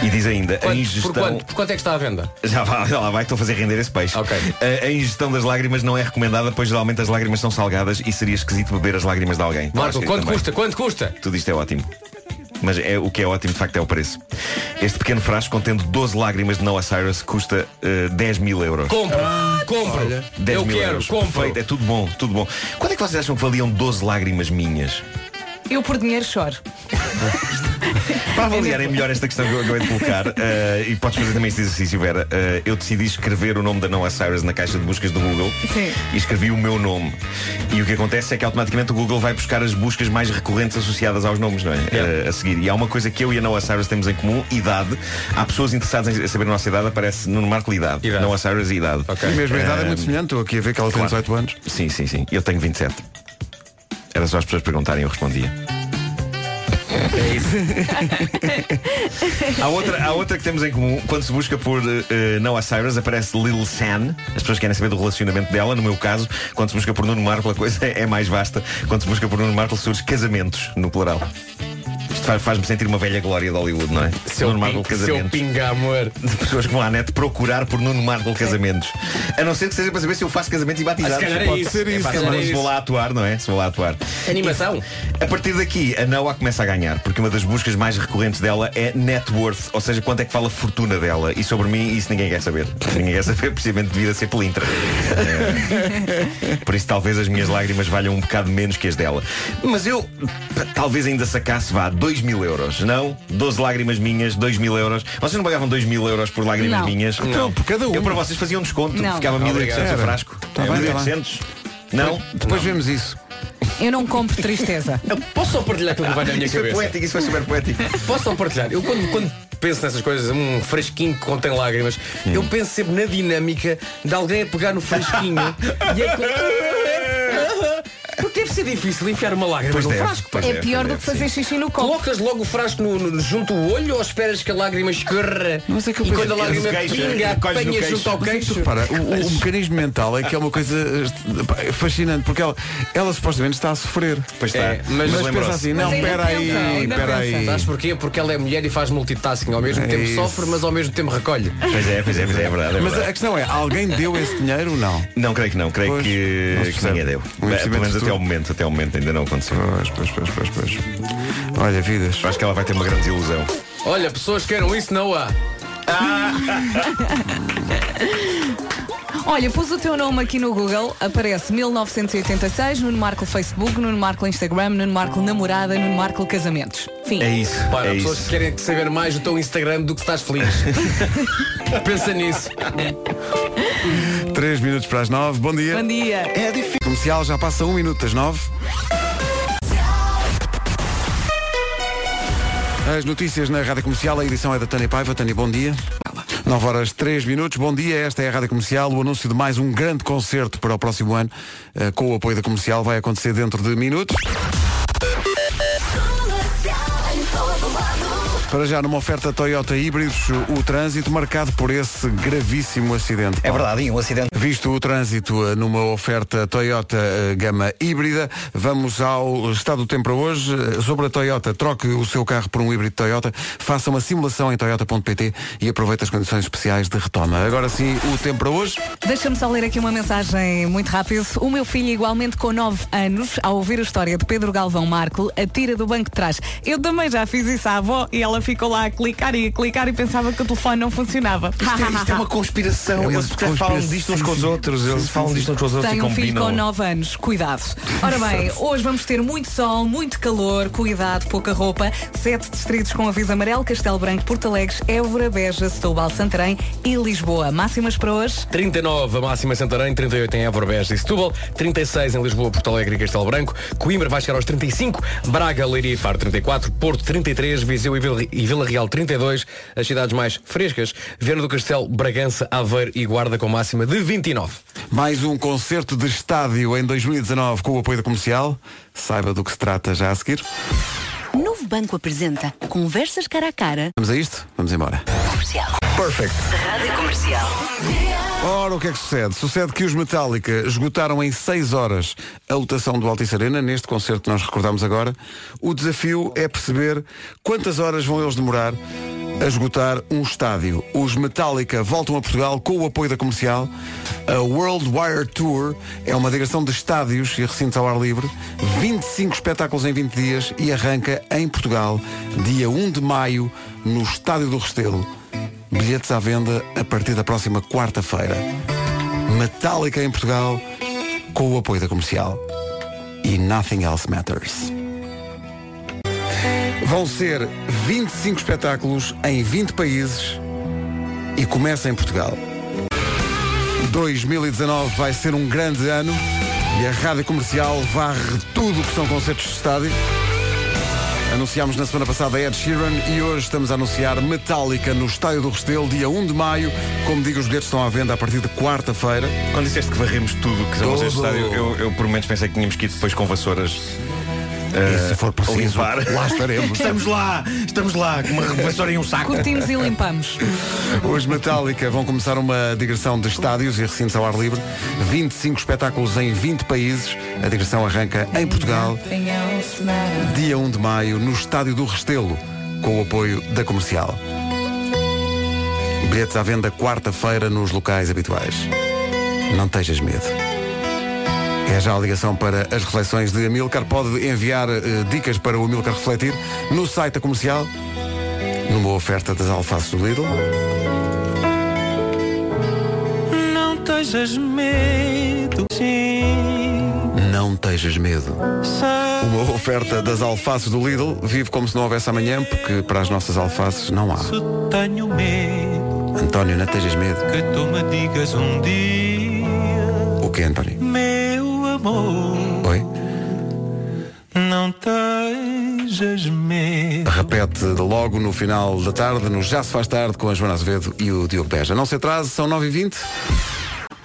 [SPEAKER 8] E diz ainda, a
[SPEAKER 4] Quanto,
[SPEAKER 8] ingestão.
[SPEAKER 4] por quanto? Por quanto é que está à venda?
[SPEAKER 8] Já, vai, já lá vai, estou a fazer render esse peixe.
[SPEAKER 4] Ok.
[SPEAKER 8] A, a ingestão das lágrimas não é recomendada, pois geralmente as lágrimas são salgadas e seria esquisito beber as lágrimas de alguém. Está lá
[SPEAKER 4] Marco,
[SPEAKER 8] escrito
[SPEAKER 4] quanto
[SPEAKER 8] também.
[SPEAKER 4] custa? Quanto custa?
[SPEAKER 8] Tudo isto é ótimo. Mas é, o que é ótimo, de facto, é o preço. Este pequeno frasco, contendo 12 lágrimas de Noah Cyrus, custa eh, 10 mil euros.
[SPEAKER 4] Compro, compro.
[SPEAKER 8] 10
[SPEAKER 4] Eu
[SPEAKER 8] Ah, mil
[SPEAKER 4] quero,
[SPEAKER 8] euros.
[SPEAKER 4] compro.
[SPEAKER 8] Perfeito, é tudo bom, tudo bom. Quando é que vocês acham que valiam 12 lágrimas minhas?
[SPEAKER 2] Eu por dinheiro choro.
[SPEAKER 8] Para avaliar é melhor esta questão que eu acabei
[SPEAKER 4] *laughs*
[SPEAKER 8] de colocar eh, E podes fazer também este exercício, Vera Eh, Eu decidi escrever o nome da Noah Cyrus na caixa de buscas do Google
[SPEAKER 2] Sim.
[SPEAKER 8] E escrevi o meu nome E o que acontece é que automaticamente o Google vai buscar as buscas mais recorrentes associadas aos nomes, não é?
[SPEAKER 4] Yeah.
[SPEAKER 8] Eh, a seguir E há uma coisa que eu e a Noah Cyrus temos em comum Idade Há pessoas interessadas em saber a nossa idade Aparece no Marco Idade,
[SPEAKER 4] Idade.
[SPEAKER 8] Noah Cyrus e Idade
[SPEAKER 4] Ok.
[SPEAKER 1] E mesmo a idade é muito semelhante. Estou aqui a ver que ela tem
[SPEAKER 8] claro.
[SPEAKER 1] 18 anos.
[SPEAKER 8] Sim, sim, sim Eu tenho 27 Era só as pessoas perguntarem, eu respondia Há outra, há outra que temos em comum. Quando se busca por eh, Noah Cyrus, aparece Lil San. As pessoas querem saber do relacionamento dela. No meu caso, quando se busca por Nuno Marco, a coisa é mais vasta. Quando se busca por Nuno Marco, surge casamentos, no plural. Isto faz- faz-me sentir uma velha glória de Hollywood, não é?
[SPEAKER 4] Seu,
[SPEAKER 8] Nuno Marco,
[SPEAKER 4] ping, seu
[SPEAKER 8] casamentos.
[SPEAKER 4] pinga amor.
[SPEAKER 8] De pessoas que vão à net procurar por Nuno Marco casamentos. A não ser que seja para saber se eu faço casamentos e batizados.
[SPEAKER 4] Ah, se calhar é
[SPEAKER 8] Pode
[SPEAKER 4] isso.
[SPEAKER 8] ser
[SPEAKER 4] É
[SPEAKER 8] isso.
[SPEAKER 4] pá,
[SPEAKER 8] É,
[SPEAKER 4] se calhar é
[SPEAKER 8] se vou
[SPEAKER 4] isso.
[SPEAKER 8] lá atuar, não é? Se vou lá atuar.
[SPEAKER 4] Animação.
[SPEAKER 8] A partir daqui, a Noah começa a ganhar, porque uma das buscas mais recorrentes dela é net worth, ou seja, quanto é que fala a fortuna dela. E sobre mim, isso ninguém quer saber. *laughs* Ninguém quer saber, precisamente devido a ser pelintra. É. Por isso, talvez as minhas lágrimas valham um bocado menos que as dela. Mas eu, p- talvez ainda sacasse, vá, 2 mil euros. Não? 12 lágrimas minhas, 2 mil euros. Vocês não pagavam 2 mil euros por lágrimas
[SPEAKER 2] Não.
[SPEAKER 8] minhas?
[SPEAKER 1] Não, por cada um.
[SPEAKER 8] Eu para vocês fazia um desconto.
[SPEAKER 2] Não.
[SPEAKER 8] Ficava 1.800 o
[SPEAKER 1] Obrigado.
[SPEAKER 8] frasco.
[SPEAKER 1] Tá
[SPEAKER 8] É,
[SPEAKER 1] bem, tá
[SPEAKER 8] 1.800? Não?
[SPEAKER 1] Então, Depois vemos isso.
[SPEAKER 2] Eu não compro
[SPEAKER 8] *laughs*
[SPEAKER 2] tristeza.
[SPEAKER 4] Eu posso só partilhar aquilo que vai na minha
[SPEAKER 8] Isso é foi
[SPEAKER 4] cabeça?
[SPEAKER 8] poético, isso foi super poético.
[SPEAKER 4] Posso só partilhar? Eu quando, quando penso nessas coisas, um fresquinho que contém lágrimas,
[SPEAKER 1] Hum.
[SPEAKER 4] eu penso sempre na dinâmica de alguém a pegar no fresquinho
[SPEAKER 1] *laughs*
[SPEAKER 4] e é que... Porque deve ser difícil enfiar uma lágrima
[SPEAKER 8] Pois
[SPEAKER 4] num
[SPEAKER 8] deve,
[SPEAKER 4] frasco.
[SPEAKER 8] pois
[SPEAKER 4] pá.
[SPEAKER 8] deve,
[SPEAKER 2] É pior
[SPEAKER 8] pois
[SPEAKER 2] do que
[SPEAKER 8] deve, sim. Oh!
[SPEAKER 2] fazer xixi no copo.
[SPEAKER 4] Colocas logo o frasco no, no- junto do olho ou esperas que a lágrima escorra?
[SPEAKER 1] Mas é que eu
[SPEAKER 4] e
[SPEAKER 1] penso-
[SPEAKER 4] quando a lágrima
[SPEAKER 8] no queixo,
[SPEAKER 4] pinga,
[SPEAKER 8] colhes no
[SPEAKER 4] apanhas
[SPEAKER 8] queixo.
[SPEAKER 4] junto ao
[SPEAKER 1] Mas é que tu
[SPEAKER 4] queixo.
[SPEAKER 1] repara, o, o mecanismo mental é que é uma coisa eh, pá, fascinante, porque ela, ela supostamente está a sofrer.
[SPEAKER 8] Pois está.
[SPEAKER 4] É, mas-
[SPEAKER 1] Mas
[SPEAKER 8] lembrou-se.
[SPEAKER 1] pensa assim, não,
[SPEAKER 2] Mas ainda
[SPEAKER 1] espera aí,
[SPEAKER 2] pensa, ainda
[SPEAKER 1] espera
[SPEAKER 2] pensa.
[SPEAKER 1] aí.
[SPEAKER 4] Sabes porquê? Porque ela é mulher e faz multitasking. Ao mesmo
[SPEAKER 1] É
[SPEAKER 4] tempo
[SPEAKER 1] isso.
[SPEAKER 4] sofre, mas ao mesmo tempo recolhe.
[SPEAKER 8] Pois é, pois é, pois é, é verdade. é
[SPEAKER 1] Mas
[SPEAKER 8] verdade.
[SPEAKER 1] a questão é, alguém deu esse dinheiro ou não?
[SPEAKER 8] Não, creio que não. Creio
[SPEAKER 1] Pois,
[SPEAKER 8] que,
[SPEAKER 1] não se
[SPEAKER 8] que
[SPEAKER 1] percebe.
[SPEAKER 8] ninguém deu.
[SPEAKER 1] Um
[SPEAKER 8] Bem,
[SPEAKER 1] investimento
[SPEAKER 8] Pelo menos até
[SPEAKER 1] futuro.
[SPEAKER 8] ao momento, até ao momento ainda não aconteceu.
[SPEAKER 1] Pois, pois, pois, pois, pois. Olha, vidas.
[SPEAKER 8] Eu acho que ela vai ter uma grande desilusão.
[SPEAKER 4] Olha, pessoas que queiram isso, não há.
[SPEAKER 2] Olha, pus o teu nome aqui no Google, aparece 1986, Nuno Marco Facebook, Nuno Marco Instagram, Nuno Marco Namorada, Nuno Marco Casamentos. Fim.
[SPEAKER 8] É isso.
[SPEAKER 4] Para,
[SPEAKER 8] é
[SPEAKER 4] pessoas que
[SPEAKER 8] isso.
[SPEAKER 4] querem saber mais do teu Instagram do que estás
[SPEAKER 8] *laughs*
[SPEAKER 4] feliz. Pensa nisso.
[SPEAKER 1] 3 minutos para as 9, bom dia.
[SPEAKER 2] Bom dia.
[SPEAKER 1] É difícil. Comercial já passa um minuto das 9. As notícias na Rádio Comercial, a edição é da Tânia Paiva. Tânia, bom dia. 9 horas 3 minutos, bom dia, esta é a Rádio Comercial, o anúncio de mais um grande concerto para o próximo ano, eh, com o apoio da comercial, vai acontecer dentro de minutos. Para já, numa oferta Toyota Híbridos, o trânsito marcado por esse gravíssimo acidente.
[SPEAKER 3] É
[SPEAKER 1] Paulo.
[SPEAKER 3] verdade, e um acidente.
[SPEAKER 1] Visto o trânsito eh, numa oferta Toyota eh, gama híbrida, vamos ao estado do tempo para hoje. Eh, Sobre a Toyota, troque o seu carro por um híbrido Toyota, faça uma simulação em toyota.pt e aproveite as condições especiais de retoma. Agora sim, o tempo para hoje.
[SPEAKER 2] Deixa-me só ler aqui uma mensagem muito rápido. O meu filho, igualmente com 9 anos, ao ouvir a história de Pedro Galvão Marco, atira do banco de trás. Eu também já fiz isso à avó e ela ficou lá a clicar e a clicar e pensava que o telefone não funcionava.
[SPEAKER 8] Isto é, *laughs* isto é uma conspiração.
[SPEAKER 1] É uma
[SPEAKER 8] eles
[SPEAKER 1] conspiração.
[SPEAKER 8] falam disto uns com os outros. Eles falam disto uns com os outros
[SPEAKER 2] Tem
[SPEAKER 8] e
[SPEAKER 2] um filho
[SPEAKER 8] combinam.
[SPEAKER 2] com 9 anos, cuidado. Ora
[SPEAKER 8] *laughs*
[SPEAKER 2] bem, hoje vamos ter muito sol, muito calor, cuidado, pouca roupa. Sete distritos com aviso amarelo, Castelo Branco, Porto Alegre, Évora, Beja, Setúbal, Santarém e Lisboa. Máximas para hoje?
[SPEAKER 4] 39 a máxima em Santarém, 38 em Évora, Beja e Setúbal, 36 em Lisboa, Porto Alegre e Castelo Branco, Coimbra vai chegar aos 35, Braga, Leiria e Faro 34, Porto 33, Viseu e Vila, e Vila Real 32, as cidades mais frescas, Viana do Castelo, Bragança, Aveiro e Guarda com máxima de 29.
[SPEAKER 1] Mais um concerto de estádio em 2019 com o apoio da comercial. Saiba do que se trata já a seguir.
[SPEAKER 9] Novo Banco apresenta Conversas Cara a Cara.
[SPEAKER 1] Vamos a isto? Vamos embora.
[SPEAKER 9] Comercial.
[SPEAKER 1] Perfect.
[SPEAKER 6] é.
[SPEAKER 9] Rádio Comercial.
[SPEAKER 1] Ora, o que é que sucede? Sucede que os Metallica esgotaram em 6 horas a lotação do Altice Arena, neste concerto que nós recordamos agora. O desafio é perceber quantas horas vão eles demorar a esgotar um estádio. Os Metallica voltam a Portugal com o apoio da comercial. A World Wire Tour é uma digressão de estádios e recintos ao ar livre. 25 espetáculos em 20 dias e arranca em Portugal, dia 1 de maio, no Estádio do Restelo. Bilhetes à venda a partir da próxima quarta-feira. Metallica em Portugal, com o apoio da comercial. E Nothing Else Matters. Vão ser 25 espetáculos em 20 países e começa em Portugal. 2019 vai ser um grande ano e a Rádio Comercial varre tudo o que são concertos de estádio. Anunciámos na semana passada Ed Sheeran e hoje estamos a anunciar Metallica no Estádio do Restelo, dia 1 de maio. Como digo, os bilhetes estão à venda a partir de quarta-feira.
[SPEAKER 8] Quando disseste que varremos tudo que são
[SPEAKER 1] Tudo.
[SPEAKER 8] vocês do estádio, eu, eu por menos pensei que tínhamos que ir depois com vassouras. eh,
[SPEAKER 1] E se for preciso,
[SPEAKER 8] limpar.
[SPEAKER 1] lá estaremos.
[SPEAKER 8] *laughs* Estamos lá, estamos lá, com uma vassoura e um saco.
[SPEAKER 2] Curtimos
[SPEAKER 8] *laughs*
[SPEAKER 2] e limpamos.
[SPEAKER 1] Os Metallica vão começar uma digressão de estádios e recintos ao ar livre. 25 espetáculos em 20 países. A digressão arranca em Portugal, dia 1 de maio, no Estádio do Restelo, com o apoio da comercial. Bilhetes à venda quarta-feira nos locais habituais. Não tejas medo. É já a ligação para as reflexões de Amilcar. Pode enviar eh, dicas para o Amilcar refletir no site da comercial, numa oferta das alfaces do Lidl.
[SPEAKER 10] Não tejas medo, sim.
[SPEAKER 1] Não tejas medo.
[SPEAKER 10] Sei
[SPEAKER 1] Uma oferta das alfaces do Lidl. Vive como se não houvesse amanhã, porque para as nossas alfaces não há.
[SPEAKER 10] tenho medo
[SPEAKER 1] António, não tejas medo.
[SPEAKER 10] que tu me digas um dia,
[SPEAKER 1] O que, António?
[SPEAKER 10] meu amor.
[SPEAKER 1] Oi?
[SPEAKER 10] Não tejas medo.
[SPEAKER 1] Repete logo no final da tarde, no Já Se Faz Tarde, com a Joana Azevedo e o Diogo Beja. Não se atrase, são 9h20.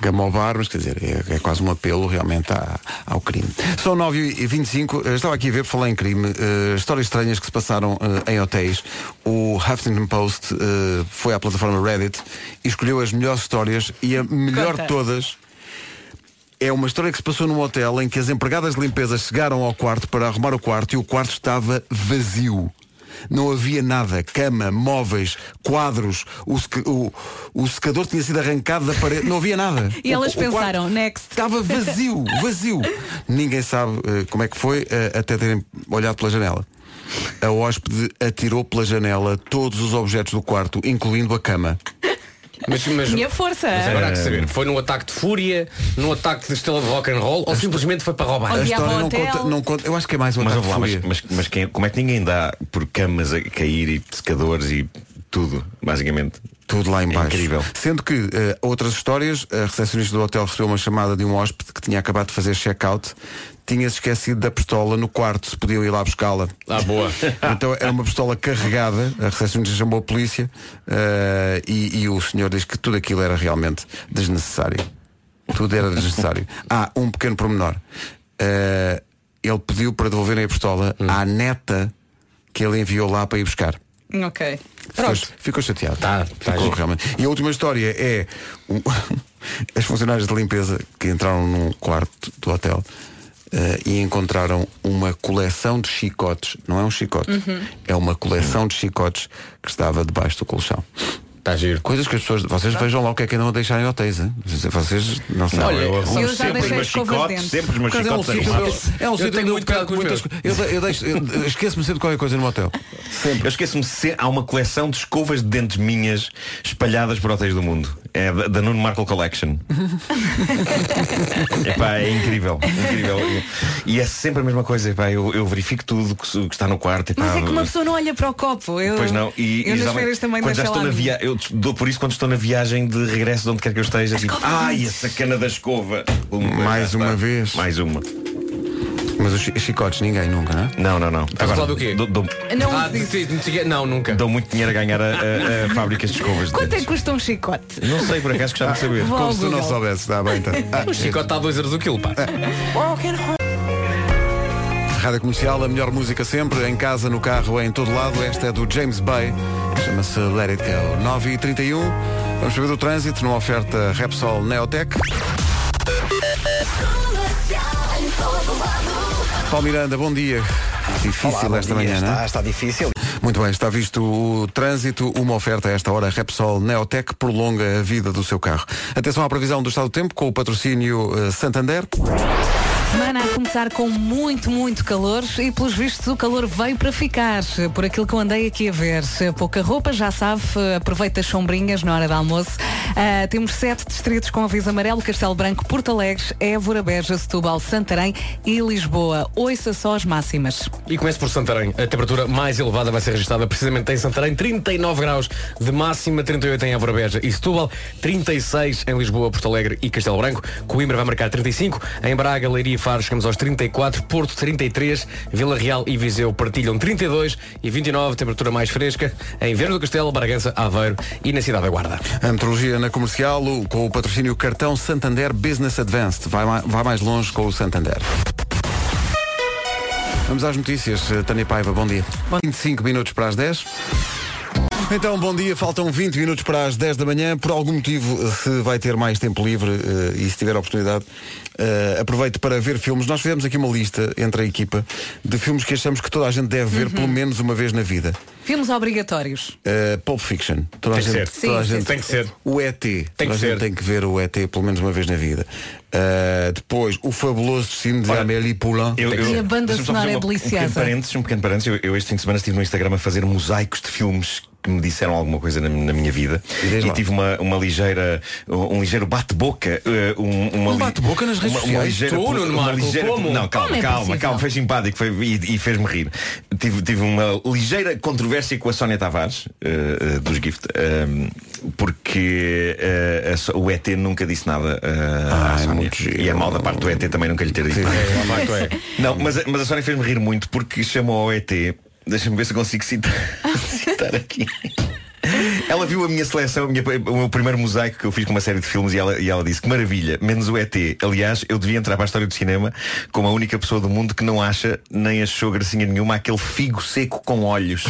[SPEAKER 1] Gamobar, mas quer dizer, é, é quase um apelo realmente à- ao crime. São 9h25, eh, estava aqui a ver, por falar em crime, eh, histórias estranhas que se passaram eh, em hotéis. O Huffington Post eh, foi à plataforma Reddit e escolheu as melhores histórias e a melhor
[SPEAKER 2] Conta.
[SPEAKER 1] de todas é uma história que se passou num hotel em que as empregadas de limpeza chegaram ao quarto para arrumar o quarto e o quarto estava vazio. Não havia nada, cama, móveis, quadros, o, seca- o- o secador tinha sido arrancado da parede, não havia nada.
[SPEAKER 2] E elas
[SPEAKER 1] O- o quarto
[SPEAKER 2] pensaram, next.
[SPEAKER 1] Estava vazio, vazio. Ninguém sabe eh, como é que foi eh, até terem olhado pela janela. A hóspede atirou pela janela todos os objetos do quarto, incluindo a cama.
[SPEAKER 4] Mas, mas,
[SPEAKER 2] Minha força.
[SPEAKER 4] mas agora há
[SPEAKER 8] É.
[SPEAKER 4] que saber, foi num ataque de fúria, num ataque de estrela de rock and roll ou simplesmente foi para roubar?
[SPEAKER 1] A
[SPEAKER 2] Odiava
[SPEAKER 1] história
[SPEAKER 2] o
[SPEAKER 1] não
[SPEAKER 2] hotel.
[SPEAKER 1] conta, não conta. Eu acho que é mais uma
[SPEAKER 8] Mas,
[SPEAKER 1] ataque
[SPEAKER 8] ouve
[SPEAKER 1] de
[SPEAKER 8] lá, mas,
[SPEAKER 1] fúria.
[SPEAKER 8] mas, mas quem- como é que ninguém dá por camas a cair e secadores e tudo, basicamente?
[SPEAKER 1] Tudo lá em
[SPEAKER 8] É
[SPEAKER 1] baixo.
[SPEAKER 8] incrível.
[SPEAKER 1] Sendo que eh, outras histórias, a recepcionista do hotel recebeu uma chamada de um hóspede que tinha acabado de fazer check-out, tinha-se esquecido da pistola no quarto, se podiam ir lá buscá-la.
[SPEAKER 4] Ah, boa.
[SPEAKER 1] *laughs* então era uma pistola carregada, a recepcionista chamou a polícia eh, e, e o senhor diz que tudo aquilo era realmente desnecessário. Tudo era desnecessário. ah, um pequeno pormenor. Eh, ele pediu para devolverem a pistola à neta que ele enviou lá para ir buscar.
[SPEAKER 2] Ok.
[SPEAKER 1] Ficou,
[SPEAKER 2] Pronto.
[SPEAKER 1] ficou chateado.
[SPEAKER 4] Tá, tá
[SPEAKER 1] ficou
[SPEAKER 4] giro.
[SPEAKER 1] realmente. E a última história é um- *laughs* as funcionárias de limpeza que entraram num quarto do hotel eh, e encontraram uma coleção de chicotes. Não é um chicote, é uma coleção de chicotes que estava debaixo do colchão.
[SPEAKER 4] Está Tá giro.
[SPEAKER 1] Coisas que as pessoas. Vocês vejam lá o que é que andam a deixar em hotéis. hein? Vocês não sabem.
[SPEAKER 4] Olha,
[SPEAKER 8] eu arrumo
[SPEAKER 2] eu já
[SPEAKER 8] sempre os
[SPEAKER 2] deixei
[SPEAKER 8] meus
[SPEAKER 2] escova de
[SPEAKER 8] chicotes,
[SPEAKER 2] dente.
[SPEAKER 8] sempre os meus
[SPEAKER 1] Mas é um
[SPEAKER 8] chicotes
[SPEAKER 1] sítio
[SPEAKER 8] arrumados.
[SPEAKER 1] onde eu- é um
[SPEAKER 4] Eu
[SPEAKER 1] sítio onde
[SPEAKER 4] tenho
[SPEAKER 1] eu
[SPEAKER 4] muito
[SPEAKER 1] pego
[SPEAKER 4] cuidado com os
[SPEAKER 1] muitas
[SPEAKER 4] meus.
[SPEAKER 1] co- Eu, de- eu deixo- eu- esqueço-me sempre de qualquer coisa no hotel.
[SPEAKER 8] Eu esqueço-me se- há uma coleção de escovas de dentes minhas espalhadas por hotéis do mundo. É da, da Nuno
[SPEAKER 1] *laughs*
[SPEAKER 8] Markle Collection. Epá, é incrível, incrível. E é sempre a mesma coisa. Epá, eu, eu verifico tudo que, se- que está no quarto. Epá,
[SPEAKER 2] Mas é que uma pessoa não olha para o copo. Eu,
[SPEAKER 8] Pois não, e,
[SPEAKER 2] eu
[SPEAKER 8] e
[SPEAKER 2] nas
[SPEAKER 8] geralmente,
[SPEAKER 2] férias também
[SPEAKER 8] quando já
[SPEAKER 2] deixei
[SPEAKER 8] estou
[SPEAKER 2] lá
[SPEAKER 8] na
[SPEAKER 2] a minha.
[SPEAKER 8] via, eu des- dou por isso quando estou na viagem de regresso de onde quer que eu esteja, tipo, ai, a sacana da escova.
[SPEAKER 1] Mais
[SPEAKER 8] já
[SPEAKER 1] uma
[SPEAKER 8] está.
[SPEAKER 1] vez.
[SPEAKER 8] Mais uma.
[SPEAKER 1] Mas os chi- chicotes, ninguém nunca, não é?
[SPEAKER 8] Não, não, não.
[SPEAKER 4] a falar do quê?
[SPEAKER 8] Dou, dou-
[SPEAKER 2] Não
[SPEAKER 4] Ah,
[SPEAKER 2] uso disso.
[SPEAKER 4] de- de- de- não, nunca.
[SPEAKER 8] dou muito dinheiro a ganhar a, a- a fábricas de escovas. de
[SPEAKER 2] Quanto é
[SPEAKER 8] dentes.
[SPEAKER 2] que custa um chicote?
[SPEAKER 8] Não sei, por acaso gostava de saber.
[SPEAKER 2] Vou ao
[SPEAKER 1] Como se tu não
[SPEAKER 2] Google.
[SPEAKER 1] soubesse, está bem
[SPEAKER 4] *laughs*
[SPEAKER 1] então. Ah,
[SPEAKER 4] O chicote está a 2 euros o quilo, pá.
[SPEAKER 1] Rádio Comercial, a melhor música sempre, em casa, no carro, em todo lado. Esta é do James Bay, chama-se Let It Go. 9 e 31 vamos saber do trânsito, numa oferta Repsol Neotech. Paulo Miranda, bom dia. Difícil
[SPEAKER 3] Olá,
[SPEAKER 1] esta
[SPEAKER 3] bom dia.
[SPEAKER 1] manhã, não
[SPEAKER 3] está,
[SPEAKER 1] é?
[SPEAKER 3] está difícil.
[SPEAKER 1] Muito bem, está visto o trânsito, uma oferta a esta hora. Repsol Neotec prolonga a vida do seu carro. Atenção à previsão do estado do tempo com o patrocínio eh, Santander.
[SPEAKER 2] Semana a começar com muito, muito calor e pelos vistos o calor veio para ficar, por aquilo que eu andei aqui a ver. é Pouca roupa, já sabe, aproveita as sombrinhas na hora do almoço. Ah, temos sete distritos com aviso amarelo, Castelo Branco, Porto Alegre, Évora, Beja, Setúbal, Santarém e Lisboa. Ouça só as máximas.
[SPEAKER 4] E começo por Santarém. A temperatura mais elevada vai ser registrada precisamente em Santarém. 39 graus de máxima, 38 em Évora Beja e Setúbal, 36 em Lisboa, Porto Alegre e Castelo Branco. Coimbra vai marcar 35. Em Braga, Leiria e Faro chegamos aos 34. Porto, 33. Vila Real e Viseu partilham 32 e 29. Temperatura mais fresca em Verde do Castelo, Bragança, Aveiro e na Cidade da Guarda.
[SPEAKER 1] A metrologia na comercial o- com o patrocínio cartão Santander Business Advanced. Vai, ma- vai mais longe com o Santander. Vamos às notícias. Eh, Tânia Paiva, bom dia. 25 minutos para as 10. Então, bom dia. Faltam 20 minutos para as 10 da manhã. Por algum motivo, eh, se vai ter mais tempo livre eh, e se tiver a oportunidade, eh, aproveite para ver filmes. Nós fizemos aqui uma lista entre a equipa de filmes que achamos que toda a gente deve ver pelo menos uma vez na vida.
[SPEAKER 2] Filmes obrigatórios.
[SPEAKER 1] Uh, Pulp Fiction. Toda a
[SPEAKER 4] Tem que
[SPEAKER 1] gente,
[SPEAKER 4] ser.
[SPEAKER 1] toda a
[SPEAKER 2] Sim, sim,
[SPEAKER 1] gente-
[SPEAKER 4] sim. Tem que ser.
[SPEAKER 1] O ET. Tem
[SPEAKER 4] que ser.
[SPEAKER 1] tem que ver o ET pelo menos uma vez na vida. Uh, depois, o fabuloso destino de
[SPEAKER 8] Olha,
[SPEAKER 1] Amélie Poulain.
[SPEAKER 8] Eu,
[SPEAKER 2] E a banda
[SPEAKER 8] deixa-me só fazer
[SPEAKER 2] sonora é
[SPEAKER 8] uma- Um
[SPEAKER 2] deliciosa.
[SPEAKER 8] pequeno parênteses, um pequeno parênteses. Eu, eu este fim de semana estive no Instagram a fazer mosaicos de filmes que me disseram alguma coisa na, na minha vida
[SPEAKER 1] E diz
[SPEAKER 8] e
[SPEAKER 1] lá.
[SPEAKER 8] tive uma, uma ligeira um ligeiro bate-boca eh, um, uma
[SPEAKER 1] Um
[SPEAKER 8] li-
[SPEAKER 1] bate-boca nas redes
[SPEAKER 8] uma, uma
[SPEAKER 1] sociais?
[SPEAKER 8] ligeira,
[SPEAKER 4] Tu,
[SPEAKER 8] pos-
[SPEAKER 4] Nuno
[SPEAKER 8] uma
[SPEAKER 4] Marco,
[SPEAKER 8] ligeira-
[SPEAKER 4] como?
[SPEAKER 8] não, calma,
[SPEAKER 2] Como é
[SPEAKER 8] calma,
[SPEAKER 2] possível?
[SPEAKER 8] calma foi simpático foi, e, e fez-me rir tive, tive uma ligeira controvérsia com a Sónia Tavares eh, eh, dos Gift eh, porque eh, a So- o ET nunca disse nada eh,
[SPEAKER 1] Ah,
[SPEAKER 8] à
[SPEAKER 1] é
[SPEAKER 8] Sónia
[SPEAKER 1] muito giro.
[SPEAKER 8] e é mal da parte do ET também nunca lhe ter dito nada. *laughs* Não, mas, a- mas a Sónia fez-me rir muito porque chamou ao ET. Deixa-me ver se consigo citar, *laughs* citar aqui. Ela viu a minha seleção, a minha- o meu primeiro mosaico que eu fiz com uma série de filmes e ela, e ela disse que maravilha, menos o ET. Aliás, eu devia entrar para a história do cinema como a única pessoa do mundo que não acha nem achou gracinha nenhuma aquele figo seco com olhos.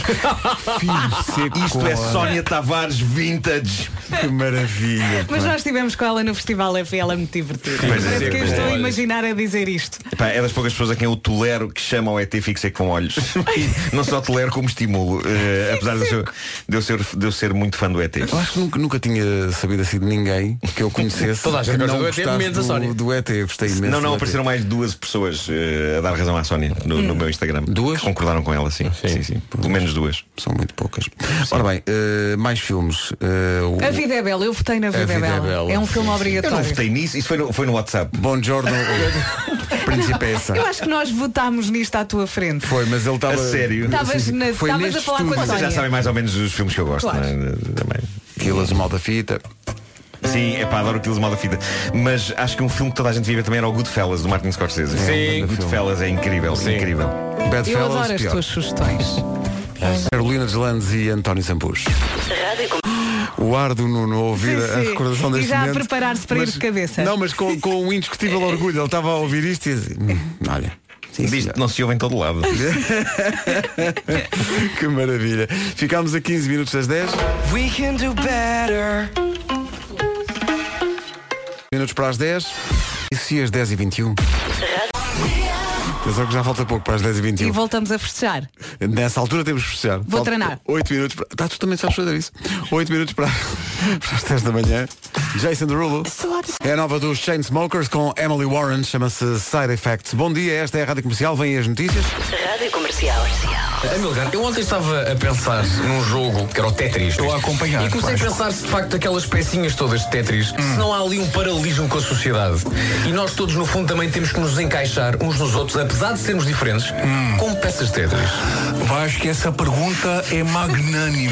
[SPEAKER 8] Isto é Sónia Tavares Vintage.
[SPEAKER 1] Que maravilha.
[SPEAKER 2] Mas nós estivemos com ela no Festival F e ela é muito divertida.
[SPEAKER 8] Pois é,
[SPEAKER 2] Parece que eu
[SPEAKER 8] pois é.
[SPEAKER 2] estou a
[SPEAKER 4] Olha.
[SPEAKER 2] imaginar a dizer isto.
[SPEAKER 8] Epá, é das poucas pessoas a quem eu tolero que chama o ET fique seco com olhos. E não só tolero como estimulo, eh, apesar de eu, ser, de, eu ser, de eu ser muito fã do ET.
[SPEAKER 1] Eu acho que nunca, nunca tinha sabido assim de ninguém que eu conhecesse.
[SPEAKER 4] Toda a gente
[SPEAKER 1] que
[SPEAKER 4] gosta
[SPEAKER 1] não
[SPEAKER 4] do ET,
[SPEAKER 1] gostasse
[SPEAKER 4] menos a
[SPEAKER 1] do-
[SPEAKER 4] Sónia.
[SPEAKER 1] Do ET, eu gostei imenso.
[SPEAKER 8] Não,
[SPEAKER 1] do
[SPEAKER 8] não,
[SPEAKER 1] ET.
[SPEAKER 8] apareceram mais duas pessoas eh, a dar razão à Sónia no, no meu Instagram.
[SPEAKER 1] Duas?
[SPEAKER 8] Que Concordaram com ela, sim. Sim, sim. Pelo menos duas.
[SPEAKER 1] São muito poucas. Ora bem, eh, mais filmes. Eh, o-
[SPEAKER 2] A Vida é Bela, eu votei na Vida, é,
[SPEAKER 1] Vida é
[SPEAKER 2] bela.
[SPEAKER 1] Bela,
[SPEAKER 2] É um filme
[SPEAKER 8] Eu não
[SPEAKER 2] obrigatório.
[SPEAKER 8] votei nisso, isso foi no, foi no WhatsApp.
[SPEAKER 1] Bom
[SPEAKER 2] *laughs*
[SPEAKER 1] Giorno, o Principessa.
[SPEAKER 2] Eu acho que nós votámos nisto à tua frente.
[SPEAKER 1] Foi, mas ele estava.
[SPEAKER 8] A sério?
[SPEAKER 2] Estavas
[SPEAKER 1] Sim, sim.
[SPEAKER 2] na-
[SPEAKER 1] Foi
[SPEAKER 2] estavas
[SPEAKER 1] neste
[SPEAKER 2] a falar com a
[SPEAKER 1] estúdio.
[SPEAKER 8] Vocês já
[SPEAKER 2] Sónia.
[SPEAKER 8] é? sabem mais ou menos os filmes que eu gosto,
[SPEAKER 2] Claro.
[SPEAKER 8] não é? Também.
[SPEAKER 1] Quilas, o mal da fita.
[SPEAKER 8] Sim, Sim, é pá, adoro aquilo de mal da fita. Mas acho que um filme que toda a gente vive também era o Goodfellas, do Martin Scorsese.
[SPEAKER 2] Sim.
[SPEAKER 8] Goodfellas é incrível, incrível.
[SPEAKER 2] Eu adoro as tuas sugestões.
[SPEAKER 1] Carolina Deslandes e António Zambujo. O ar do Nuno a ouvir
[SPEAKER 2] Sim,
[SPEAKER 1] a
[SPEAKER 2] sim.
[SPEAKER 1] recordação
[SPEAKER 2] E
[SPEAKER 1] deste
[SPEAKER 2] já a
[SPEAKER 1] momento.
[SPEAKER 2] preparar-se para ir
[SPEAKER 1] Mas-
[SPEAKER 2] de cabeça.
[SPEAKER 1] Não, mas com, com um indiscutível orgulho. Ele estava a ouvir isto e a dizer, "Hum, olha.
[SPEAKER 8] Diz não se ouve em todo lado.
[SPEAKER 1] *laughs* que maravilha. Ficámos a 15 minutos das 10.
[SPEAKER 11] We can do better.
[SPEAKER 1] Minutos para as 10. E se as 10 e 21? Atenção que já falta pouco para as 10 e
[SPEAKER 2] E
[SPEAKER 1] 21.
[SPEAKER 2] voltamos a festejar.
[SPEAKER 1] Nessa altura temos que fechar.
[SPEAKER 2] Vou treinar.
[SPEAKER 1] 8 minutos para. Tá, tu também sabes fazer isso. 8 minutos *laughs* para, para as 10 da manhã. Jason Derulo. É a nova dos Chainsmokers com Emily Warren. Chama-se Side Effects. Bom dia, esta é a Rádio Comercial. Vêm as notícias.
[SPEAKER 12] Rádio Comercial.
[SPEAKER 4] Amilcar, eu ontem estava a pensar num jogo que era o Tetris. Estou a acompanhar. E comecei a pensar se de facto aquelas pecinhas todas de Tetris,
[SPEAKER 8] Hum.
[SPEAKER 4] se não há ali um paralelismo com a sociedade. E nós todos, no fundo, também temos que nos encaixar uns nos outros, apesar de sermos diferentes,
[SPEAKER 8] Hum.
[SPEAKER 4] como peças de Tetris.
[SPEAKER 10] Acho que essa pergunta é magnânime.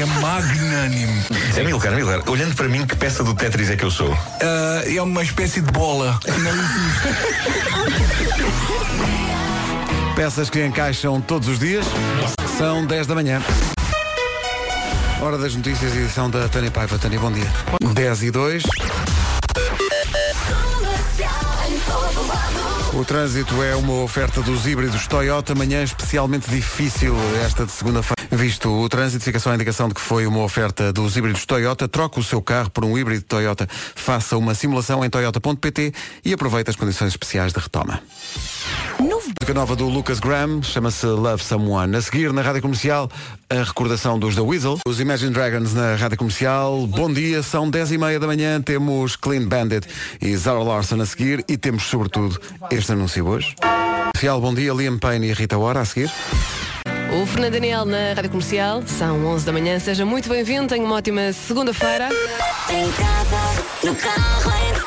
[SPEAKER 10] É magnânime.
[SPEAKER 8] É Milcar, Milcar, olhando para mim, que peça do Tetris é que eu sou?
[SPEAKER 10] Ah, é uma espécie de bola. Não
[SPEAKER 1] Peças que encaixam todos os dias. São 10 da manhã. Hora das notícias, edição da Tânia Paiva. Tânia, bom dia. 10 e 2. O trânsito é uma oferta dos híbridos Toyota, manhã especialmente difícil esta de segunda-feira. Visto o trânsito, fica só a indicação de que foi uma oferta dos híbridos Toyota. Troca o seu carro por um híbrido Toyota. Faça uma simulação em toyota.pt e aproveite as condições especiais de retoma. Música nova do Lucas Graham, chama-se Love Someone. A seguir, na Rádio Comercial, a recordação dos The Weasel. Os Imagine Dragons na Rádio Comercial. Bom dia, são 10 e meia da manhã, temos Clean Bandit e Zara Larson a seguir e temos, sobretudo, este anúncio hoje. Comercial, bom dia, Liam Payne e Rita Ora a seguir.
[SPEAKER 13] O Fernando Daniel na Rádio Comercial, são 11 da manhã, seja muito bem-vindo, tenha uma ótima segunda-feira.
[SPEAKER 5] Em casa, no carro, em